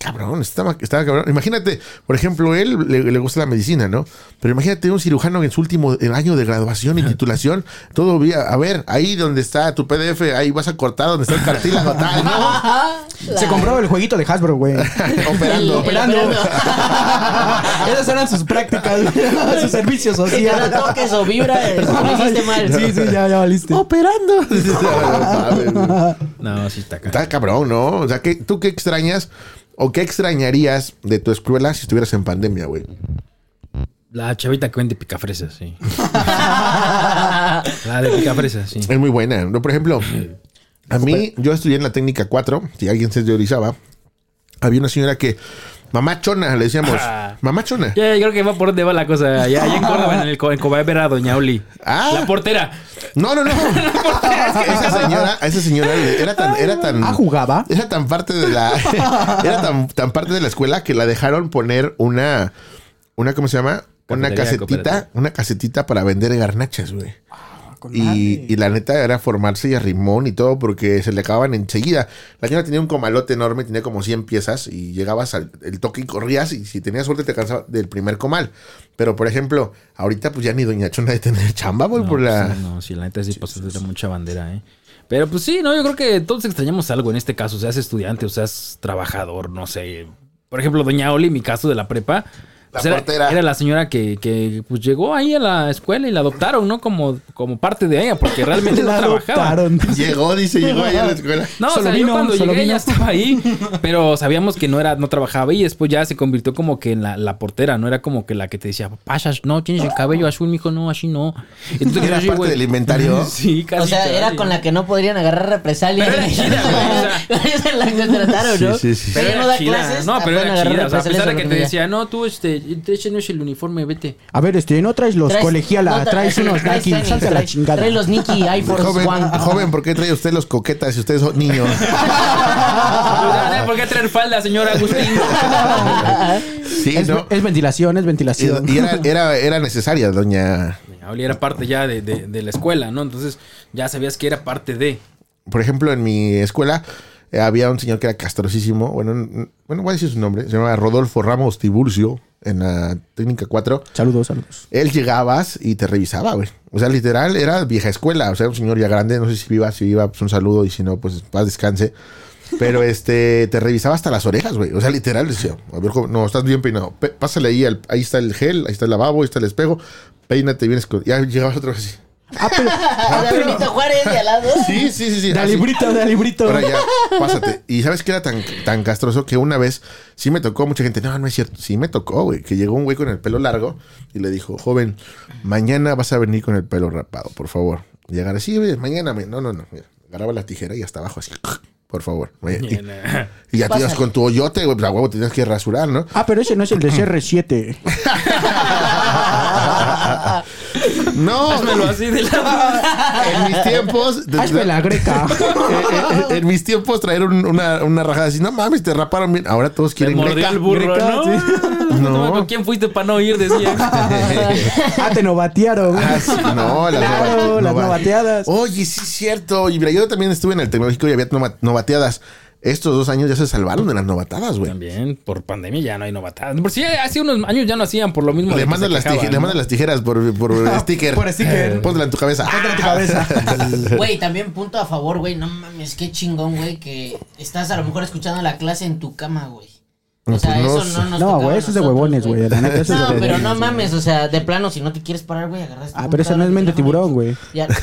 Cabrón, estaba, estaba cabrón. Imagínate, por ejemplo, él le, le gusta la medicina, ¿no? Pero imagínate un cirujano en su último año de graduación y titulación, todo vía, a ver, ahí donde está tu PDF, ahí vas a cortar donde está el cartílago, tal, ¿no?
Se compró el jueguito de Hasbro, güey.
El- el
Operando.
Operando.
operando.
Esas eran sus prácticas, sus servicios
Si ya no
sociales.
toques o vibra, eh, lo hiciste mal.
Sí, sí, ya, ya valiste.
Operando. No mames.
No, sí está acá.
Está cabrón, ¿no? O sea, ¿qué, ¿tú qué extrañas o qué extrañarías de tu escuela si estuvieras en pandemia, güey?
La chavita que vende picafresas, sí. La de picafresas, sí.
Es muy buena. ¿no? Por ejemplo, a mí, yo estudié en la técnica 4, si alguien se teorizaba, había una señora que, mamá chona, le decíamos,
Ah.
mamá chona.
Ya, yo creo que va por donde va la cosa. Ya, ya en Córdoba, en el co- en Cobay ver a Doña Oli.
Ah.
La portera.
No, no, no. esa señora, a esa señora le- era tan, era tan.
Ah, jugaba.
Era tan parte de la. era tan, tan parte de la escuela que la dejaron poner una. Una, ¿cómo se llama? Una
Cafetería
casetita.
cooperativa.
Una casetita para vender garnachas, güey.
con
Y,
madre.
y la neta era formarse y a rimón y todo porque se le acababan enseguida. La señora tenía un comalote enorme, tenía como 100 piezas y llegabas al el toque y corrías y si tenías suerte te alcanzaba del primer comal. Pero por ejemplo, ahorita pues ya ni Doña Chona de tener chamba, voy por la...
Sí, no, sí, la neta sí pasaste de mucha bandera, ¿eh? Pero pues sí, no, yo creo que todos extrañamos algo en este caso, seas estudiante o seas trabajador, no sé. Por ejemplo, Doña Oli, mi caso de la prepa. pues, era-
portera.
Era, la señora que, que, pues, llegó ahí a la escuela y la adoptaron, ¿no? Como, como parte de ella, porque realmente no
La
trabajaba.
adoptaron.
Llegó, dice, llegó allá a la escuela.
No, o
Solo
sea, yo
vino,
cuando
solo
llegué
vino.
ya estaba ahí, pero sabíamos que no era, no trabajaba y después ya se convirtió como que en la, la portera, no era como que la que te decía, pasas, no, tienes el cabello azul, mijo, no, así no. Entonces,
Era
así,
parte
güey.
del inventario.
Sí, casi.
O sea,
casi.
era con la que no podrían agarrar represalias.
Pero era chida, güey,
Esa es la que contrataron, ¿no?
Sí, sí, sí.
Pero
Ella
era
no da
chida.
clases,
No,
la
pero
pueden
era
agarrar
chida. O sea, a
represalias
pesar de que te
sobre ella.
decía, no, tú, este, ese no es el uniforme, vete.
A ver, este, no traes los
Traes-
colegiala,
no,
traes unos
traes
Nike,
tenis,
salte a la
traes-
chingada.
Traes los Nike Air Force
Joven,
One.
joven, ¿por qué trae usted los coquetas si ustedes son niños?
Ah, ¿Por qué traer falda, señora Agustín?
Sí,
es,
¿no?
es ventilación, es ventilación.
Y, y era, era, era necesaria, doña...
Oli era parte ya de, de- de la escuela, ¿no? Entonces ya sabías que era parte de.
por ejemplo, en mi escuela eh, había un señor que era castrosísimo. Bueno, n- bueno, voy a decir su nombre. Se llamaba Rodolfo Ramos Tiburcio en la técnica 4.
Saludos, saludos.
Él llegabas y te revisaba, güey. O sea, literal, era vieja escuela. O sea, un señor ya grande. No sé si viva, si viva, pues un saludo. Y si no, pues paz, descanse. Pero este, te revisaba hasta las orejas, güey. O sea, literal, decía, a ver, cómo- no, estás bien peinado. Pe- pásale ahí, al- ahí está el gel, ahí está el lavabo, ahí está el espejo. Peínate, vienes con. Ya llegabas otra vez así.
Ah, pero.
A la Benito Juárez de al lado.
Sí, sí, sí, sí.
De
así.
alibrito, de alibrito.
Ahora ya, pásate. Y sabes que era tan, tan castroso que una vez sí me tocó mucha gente. No, no es cierto. Sí me tocó, güey. Que llegó un güey con el pelo largo y le dijo, joven, mañana vas a venir con el pelo rapado, por favor. Y agarré, sí, güey, mañana. me- No, no, no. Mira, agarraba la tijera y hasta abajo así. Por favor. Y, y ya te ibas con tu hoyote, güey. pues, a huevo tenías que rasurar, ¿no?
Ah, pero ese no es el de CR7.
Pues
No.
Hazmelo así de la.
En mis tiempos.
Hazme Ah, la greca.
Eh, eh, en mis tiempos traer un- una, una rajada así, no mames, te raparon bien. Ahora todos
Te
quieren
mordió
greca.
el burro,
greca,
¿no?
sí.
No.
No.
¿Con quién fuiste para no ir? Decía.
Ah, te novatearon.
Ah, sí, no, las,
Claro,
nova-
las
nova-
novateadas.
Oye, sí es cierto. Y mira, yo también estuve en el tecnológico y había nova- novateadas. Estos dos años ya se salvaron de las novatadas, güey.
También, por pandemia ya no hay novatadas. Por si hace unos años ya no hacían, por lo mismo. de
Le
que
mandan,
se
las
quejaban,
tijeras, le
¿no?
mandan las tijeras por, por sticker.
Por sticker.
Eh, Póntela en tu cabeza.
Póntela en tu cabeza.
Güey, también punto a favor, güey. No mames, qué chingón, güey, que estás a lo mejor escuchando la clase en tu cama, güey. O sea,
Pues no
eso
sé.
no nos
No,
tocaba
güey,
a
eso es de
nosotros,
huevones, güey. La neta, eso es de
No, pero
huevones,
no
güey.
mames, o sea, de plano, si no te quieres parar, güey, agarras.
Ah, pero eso no es mente tiburón, güey.
Ya.
Así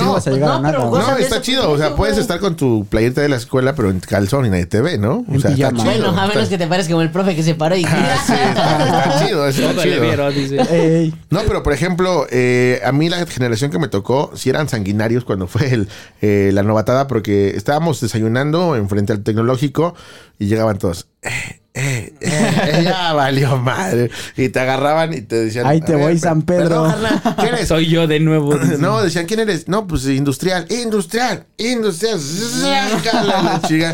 no,
No,
vas a llegar
no,
a nada.
pero
güey.
cosas
No,
de
está
ese
chido. O sea,
punto,
puedes
güey.
estar con tu playerita de la escuela, pero en calzón y nadie te ve, ¿no? O
En
sea, está
pijama.
chido.
Bueno, a menos que
Está-
te pares como el profe que se paró
Ah,
y.
Está chido, está
Todo le
chido.
vieron, dice.
Ey,
No, pero por ejemplo, eh, a mí la generación que me tocó, sí eran sanguinarios cuando fue el, eh, la novatada, porque estábamos desayunando enfrente al tecnológico y llegaban todos. "Eh, eh, eh, ya valió madre. Y te agarraban y te decían.
Ahí te
"A
voy, San Pedro".
perdón, carnal, ¿Quién eres?
Soy yo de nuevo. dice.
No, decían, ¿quién eres? No, pues industrial, industrial, industrial. Sácala la chica.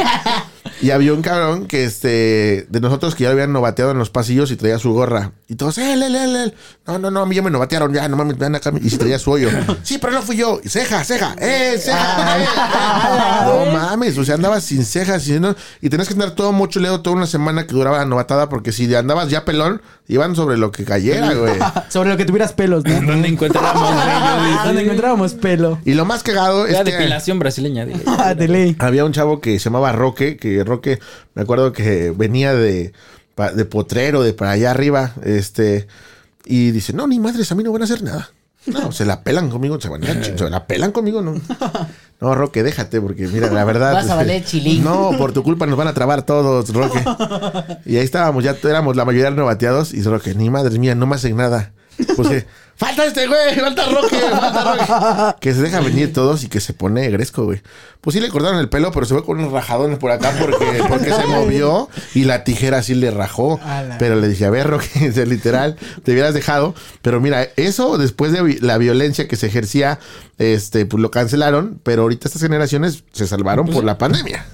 Y había un cabrón que este, de nosotros que ya lo habían novateado en los pasillos y traía su gorra. Y todos, él, él, él, él. No, no, no, a mí ya me novatearon, ya, no mames, vean acá. Y se traía su hoyo. Sí, pero no fui yo. Y ceja, ceja, eh, ceja. eh, eh. No mames, o sea, andabas sin cejas. sin- no- y tenías que andar todo mochuleo toda una semana que duraba la novatada porque si andabas ya pelón, iban sobre lo que cayera, güey.
sobre lo que tuvieras pelos, ¿no? Ah,
¿Dónde encontramos bello?
Donde encontrábamos pelo.
Y lo más cagado es
La
que...
depilación brasileña. dile.
Ah, de ley.
había un chavo que se llamaba Roque, que Roque, me acuerdo que venía de, pa- de Potrero, de para allá arriba, este, y dice, no, ni madres, a mí no van a hacer nada. No, se la pelan conmigo, se, van a- se la pelan conmigo, no. No, Roque, déjate, porque mira, la verdad. este,
Vas a valer chilín.
No, por tu culpa nos van a trabar todos, Roque. Y ahí estábamos, ya éramos la mayoría novateados, y Roque, ni madres mía, no me hacen nada. Pues que, falta este güey, falta Roque, falta Roque que se deja venir todos y que se pone gresco, güey. Pues sí le cortaron el pelo, pero se fue con unos rajadones por acá porque, porque se movió y la tijera sí le rajó. Pero le dije, a ver, Roque, o sea, literal, te hubieras dejado. Pero mira, eso después de vi- la violencia que se ejercía, este, pues lo cancelaron, pero ahorita estas generaciones se salvaron por la pandemia.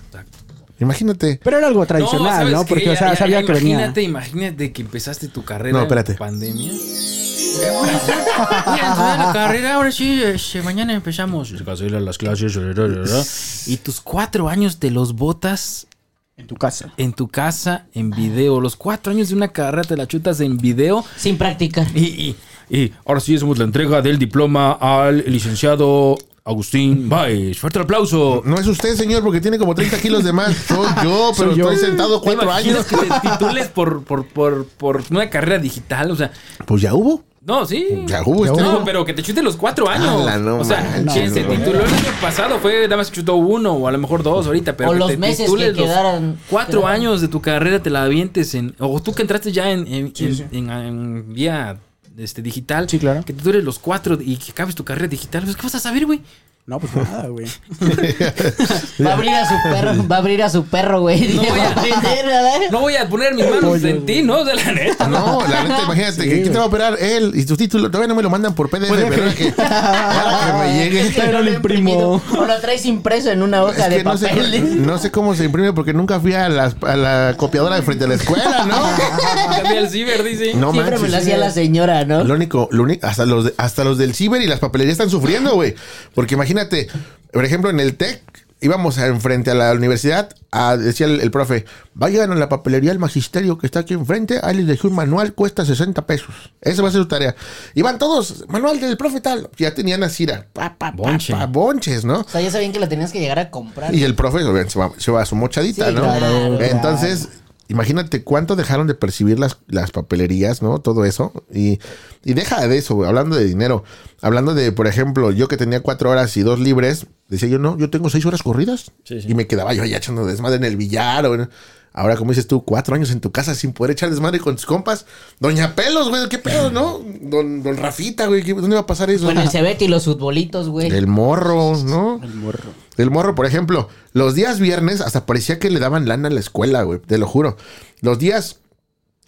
Imagínate.
Pero era algo tradicional,
¿sabes
¿no?
qué?
Porque, o
Ya-
sea,
ya-
sabía
ya
que venía.
Imagínate, imagínate que empezaste tu carrera
No, espérate.
en pandemia.
Voy a entrar a la carrera, ahora sí, este, mañana empezamos. Se cancelan las clases. ra, ra, ra, ra. Y tus cuatro años te los botas
En tu casa.
en tu casa, en video. Los cuatro años de una carrera te la chutas en video.
Sin practicar.
Y, y- y ahora sí hacemos la entrega del diploma al licenciado Agustín Baez. Fuerte el aplauso.
No es usted, señor, porque tiene como 30 kilos de más. Soy yo, pero
Soy yo.
estoy sentado
¿Te
cuatro
imaginas
años.
que te titules por, por, por, por una carrera digital? O sea,
Pues ya hubo.
no, sí.
Ya hubo este
No,
año.
pero que te chute los cuatro años.
Ala, no
o sea,
manches,
quien se
güey.
tituló el año pasado fue nada más chutó uno o a lo mejor dos ahorita, pero
O
que
los
te
meses que
titules los
quedaran-
cuatro
quedaran.
años de tu carrera te la avientes en o tú que entraste ya en, en, en- en- en vía este digital,
Sí, claro.
que te dure los cuatro y que acabes tu carrera digital, pues, ¿qué vas a saber, güey?
No, pues nada, güey.
Va a abrir a su perro, va a abrir a su perro, güey.
No
Le
voy
va
a-
a aprender, ¿verdad?
No voy a poner mis manos en ti, ¿no? De la neta.
Ah, No, la neta, imagínate que aquí te va a operar él y tu título. Todavía no me lo mandan por PDF,
Bueno,
¿verdad?
que-
Que, para que me llegue.
Que no
Pero lo
he
imprimo.
imprimido. O lo traes impreso en una hoja
Es
de
que no sé,
papel.
no sé cómo se imprime porque nunca fui a, las- a la copiadora de frente a la escuela, ¿no?
Cambié al ciber, dice.
No
Siempre me
manches.
lo hacía la señora, ¿no?
Lo único, lo único hasta, los de- hasta los del ciber y las papelerías están sufriendo, güey. Porque imagínate, por ejemplo, en el TEC íbamos a- enfrente a la universidad, a- decía el, el profe, vayan a la papelería del magisterio que está aquí enfrente, ahí les dejé un manual, cuesta 60 pesos. Esa va a ser su tarea. Iban todos, manual del profe tal. Ya tenían a Cira, pa, pa, pa,
Bonche.
pa, bonches, ¿no?
O sea, ya sabían que lo tenías que llegar a comprar.
Y el profe obviamente, se va, se va a su mochadita,
Sí,
¿no?
claro,
Entonces, imagínate cuánto dejaron de percibir las, las papelerías, ¿no? Todo eso. Y, y deja de eso, güey, hablando de dinero. Hablando de, por ejemplo, yo que tenía cuatro horas y dos libres, decía yo, no, yo tengo seis horas corridas. Y me quedaba yo allá echando desmadre en el billar. o en- Ahora, como dices tú, cuatro años en tu casa sin poder echar desmadre con tus compas. Doña Pelos, güey, qué pedo, ¿no? Don, don Rafita, güey, ¿qué- ¿dónde va a pasar eso?
Con el cebete y los futbolitos, güey.
El morro, ¿no? El morro. El morro, por ejemplo, los días viernes hasta parecía que le daban lana a la escuela, güey, te lo juro. Los días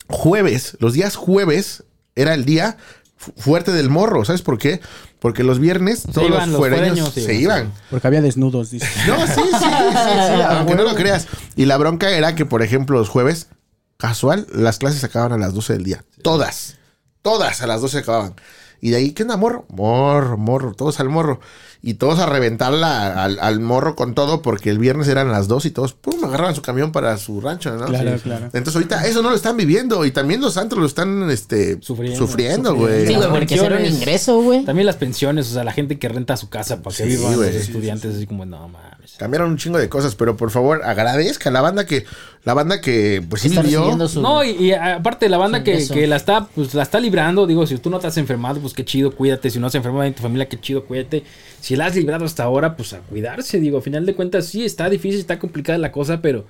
jueves, los días jueves era el día fu- fuerte del morro, ¿sabes por qué? Porque los viernes todos
iban,
los
los
fuereños
fuereños, sí,
se
sí.
iban.
Porque había desnudos, dice.
No, sí, sí, sí, sí, sí, aunque no lo creas. Y la bronca era que, por ejemplo, los jueves, casual, las clases acababan a las 12 del día. Todas. Todas a las 12 acababan. Y de ahí, ¿qué onda, morro? Morro, morro, todos al morro. Y todos a reventarla al, al morro con todo, porque el viernes eran las 2 y todos, pum, agarraban su camión para su rancho, ¿no?
Claro, claro.
Entonces ahorita eso no lo están viviendo y también los antros lo están este,
Sufriendo.
sufriendo, güey.
Sí, güey, porque era un
pensiones.
ingreso, güey.
También las pensiones, o sea, la gente que renta su casa para que
Sí,
vivan
güey.
los estudiantes, así como, no mames.
Cambiaron un chingo de cosas, pero por favor, agradezca a la banda que, la banda que, pues sí
Está
vivió.
recibiendo su...
No, y, y aparte la banda
Sí,
que,
eso.
que la está, pues la está librando, digo, si tú no te has enfermado, pues qué chido, cuídate. Si no has enfermado en tu familia, qué chido, cuídate. Si la has librado hasta ahora, pues a cuidarse, digo, a final de cuentas, sí, está difícil, está complicada la cosa, pero,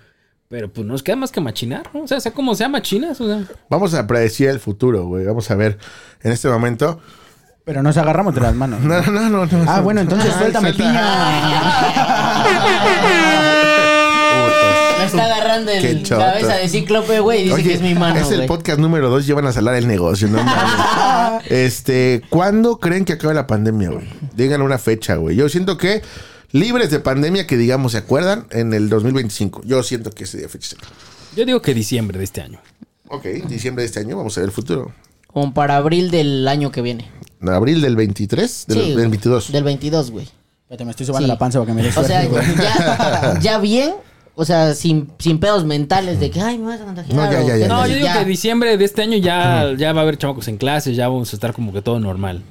pero pues no nos queda más que machinar, ¿no? O sea, sea como sea machinas, o sea.
Vamos a predecir el futuro, güey. Vamos a ver en este momento.
Pero nos agarramos de las manos.
No, no, no, no. no.
Ah, bueno, entonces
Ay,
suéltame,
suelta.
Ah, Me está agarrando
Qué
el
choto.
cabeza de cíclope, güey. y Dice que es mi mano,
es el
güey.
podcast número dos. Llevan a salar el negocio, no mames. Este, ¿cuándo creen que acabe la pandemia, güey? Digan una fecha, güey. Yo siento que libres de pandemia, que digamos, ¿se acuerdan? En el 2025. Yo siento que ese día fecha se acaba.
Yo digo que diciembre de este año.
Ok, diciembre de este año, vamos a ver el futuro.
Como para abril del año que viene.
En abril del 23, del,
Sí,
del 22.
Del 22, güey.
Espérate, me estoy sobando
Sí.
la panza para que me dé
O sea,
suerte, güey.
ya, ya bien, o sea, sin, sin pedos mentales de que, ay, me vas a contagiar.
No, ya,
o
ya, ya,
que-
No, yo digo
ya.
que diciembre de este año ya, ya va a haber chamacos en clases, ya vamos a estar como que todo normal.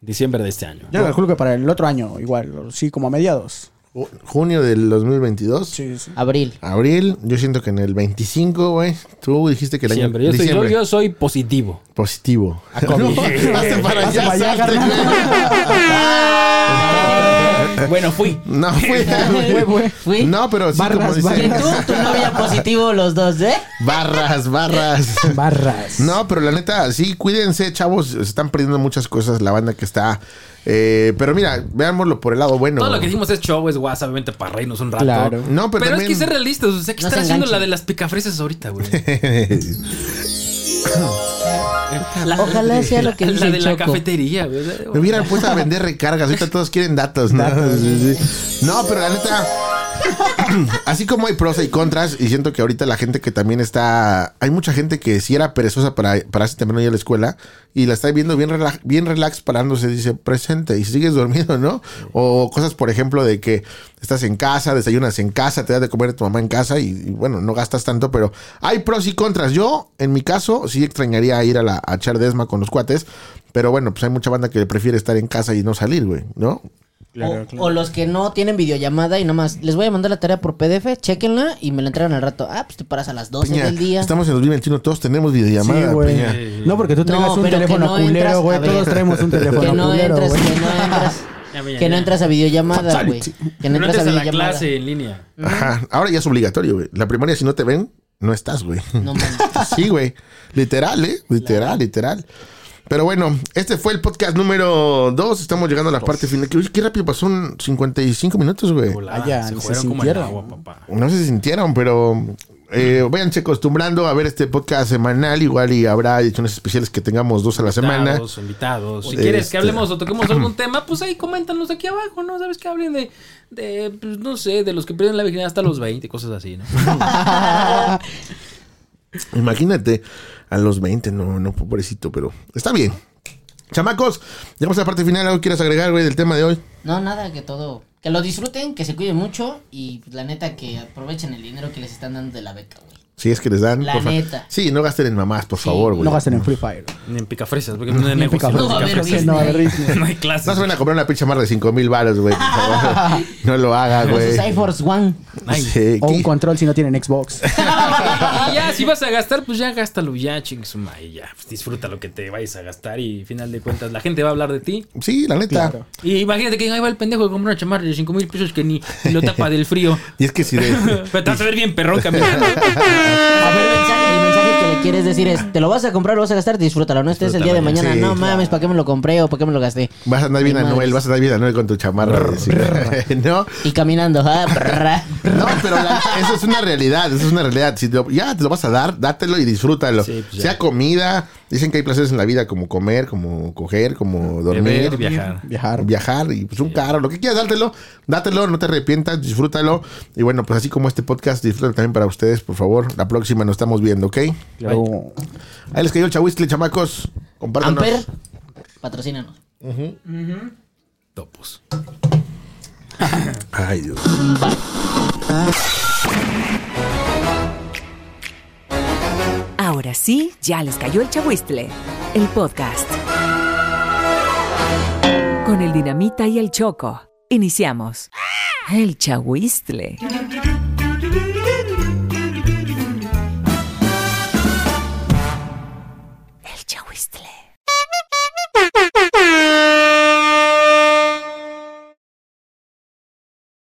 Diciembre de este año.
Yo calculo que para el otro año, igual, o sí, como a mediados.
Ju- Junio del 2022.
Sí, sí.
Abril.
Abril, yo siento que en el 25, güey. Tú dijiste que el
Diciembre.
año
Yo, estoy- yo-
diciembre.
yo soy positivo.
Positivo. No, hazte para allá,
para allá,
salte,
carnal.
bueno, fui.
güey. No, fue.
Fue, fue.
Fui.
No, pero sí, como
Barras,
dice.
Y tú, tu novia positivo, los dos, ¿eh?
Barras, barras.
Barras.
No, pero la neta, sí, cuídense, chavos. Se están perdiendo muchas cosas la banda que está. eh, pero mira, veámoslo por el lado bueno.
Todo lo que hicimos es show, es guasa, obviamente para reírnos un rato.
Claro.
No, pero
Pero, es
también-
que ser realistas, o sea, que
No
estar
se
haciendo
enganchen.
la de las picafresas ahorita, güey.
La- Ojalá sea lo que
la
dice
de
el
la
Choco.
cafetería, güey.
Me hubieran puesto a vender recargas. Ahorita todos quieren datos, ¿no? Sí, sí. No, pero la neta. así como hay pros y contras, y siento que ahorita la gente que también está. Hay mucha gente que si era perezosa para pararse temprano ir a la escuela y la está viendo bien, relax, bien relax parándose, dice presente y sigues dormido, ¿no? O cosas, por ejemplo, de que estás en casa, desayunas en casa, te das de comer a tu mamá en casa y, y bueno, no gastas tanto, pero hay pros y contras. Yo, en mi caso, sí extrañaría ir a, la, a echar desma con los cuates, pero bueno, pues hay mucha banda que prefiere estar en casa y no salir, güey, ¿no?
o, o los que no tienen videollamada y nomás, les voy a mandar la tarea por PDF, chequenla y me la entregan al rato. Ah, pues te paras a las 12
Peña,
del día.
estamos en 2021, todos tenemos videollamada,
Sí, güey.
Peña.
No, porque tú traigas
No,
un
pero que
teléfono
no entras-
culero,
a
güey.
ver.
Todos traemos un teléfono
Que no
culero,
entras,
güey.
que no entras.
Ya, ya,
Que no
ya.
entras a videollamada, güey. Que no
No
entras a
entres a la
videollamada.
clase en línea.
Ajá. Ahora ya es obligatorio, güey. La primaria, si no te ven, no estás, güey.
No mames.
Sí, güey. Literal, ¿eh? Literal, literal. Pero bueno, este fue el podcast número 2. Estamos llegando a la parte final. Uy, qué rápido pasó un 55 minutos, güey.
Volada,
ya,
Ah, se
Ah, se
fueron como el
sintieron.
agua, papá.
No se sintieron, pero eh, váyanse acostumbrando a ver este podcast semanal. Igual y habrá ediciones especiales que tengamos dos a la semana.
Invitados, invitados. Si
Este-
quieres que hablemos o toquemos algún tema, pues ahí coméntanos aquí abajo, ¿no? Sabes que hablen de, de pues, no sé, de los que pierden la virginidad hasta los 20, cosas así, ¿no?
Imagínate a los 20, no, no, pobrecito, pero está bien. Chamacos, llegamos a la parte final. ¿Algo quieres agregar, güey, del tema de hoy?
No, nada, que todo. Que lo disfruten, que se cuiden mucho y pues, la neta que aprovechen el dinero que les están dando de la beca, güey.
Si es que les dan.
La
por fa-
neta.
Sí, no gasten en mamás, por favor, güey.
No gasten en Free Fire.
Ni en picafresas, porque no hay
En
negocio.
picafresas.
No,
No, a ver,
picafresas.
No, a ver,
no,
Disney.
hay
No
clases.
se van a comprar una pinche más de 5 mil baros, güey. por favor. No lo haga,
Sus
güey.
Air Force One.
Ay.
Sí,
O un
¿qué?
control si no tienen Xbox.
Y ya, si vas a gastar, pues ya gástalo, ya, chingisuma, y ya. Pues, disfruta lo que te vayas a gastar y final de cuentas la gente va a hablar de ti.
Sí, la neta.
Claro.
Y imagínate que ahí va el pendejo que compra una chamarra de 5 mil pesos que ni ni lo tapa del frío.
Y es que si de...
Pero te vas a ver bien perrón caminando.
A ver, el mensaje, el mensaje que le quieres decir es, te lo vas a comprar, lo vas a gastar, disfrútalo. No estés el día de mañana,
Sí,
no mames, ¿para qué me lo compré o para qué me lo gasté?
Vas a andar bien
Ay,
a Noel,
madres.
vas a andar bien a Noel con tu chamarra. sí. ¿No?
Y caminando, ah, brrra.
No, pero la- eso es una realidad, eso es una realidad. Si te lo- ya te lo vas a dar, dátelo y disfrútalo.
Sí, pues ya.
sea comida, dicen que hay placeres en la vida como comer, como coger, como dormir,
Beber, viajar.
Viajar.
viajar y pues un carro, lo que quieras, dátelo, dátelo, no te arrepientas, disfrútalo. Y bueno, pues así como este podcast, disfrútalo también para ustedes, por favor. La próxima nos estamos viendo, ¿ok?
Luego-
Ahí les cayó el chahuistle, chamacos. Compártanos.
Amper, patrocínanos.
Topos.
Ay, Dios.
Ahora sí, ya les cayó el chahuistle. El podcast. Con el dinamita y el choco. Iniciamos. El chahuistle. El chahuistle.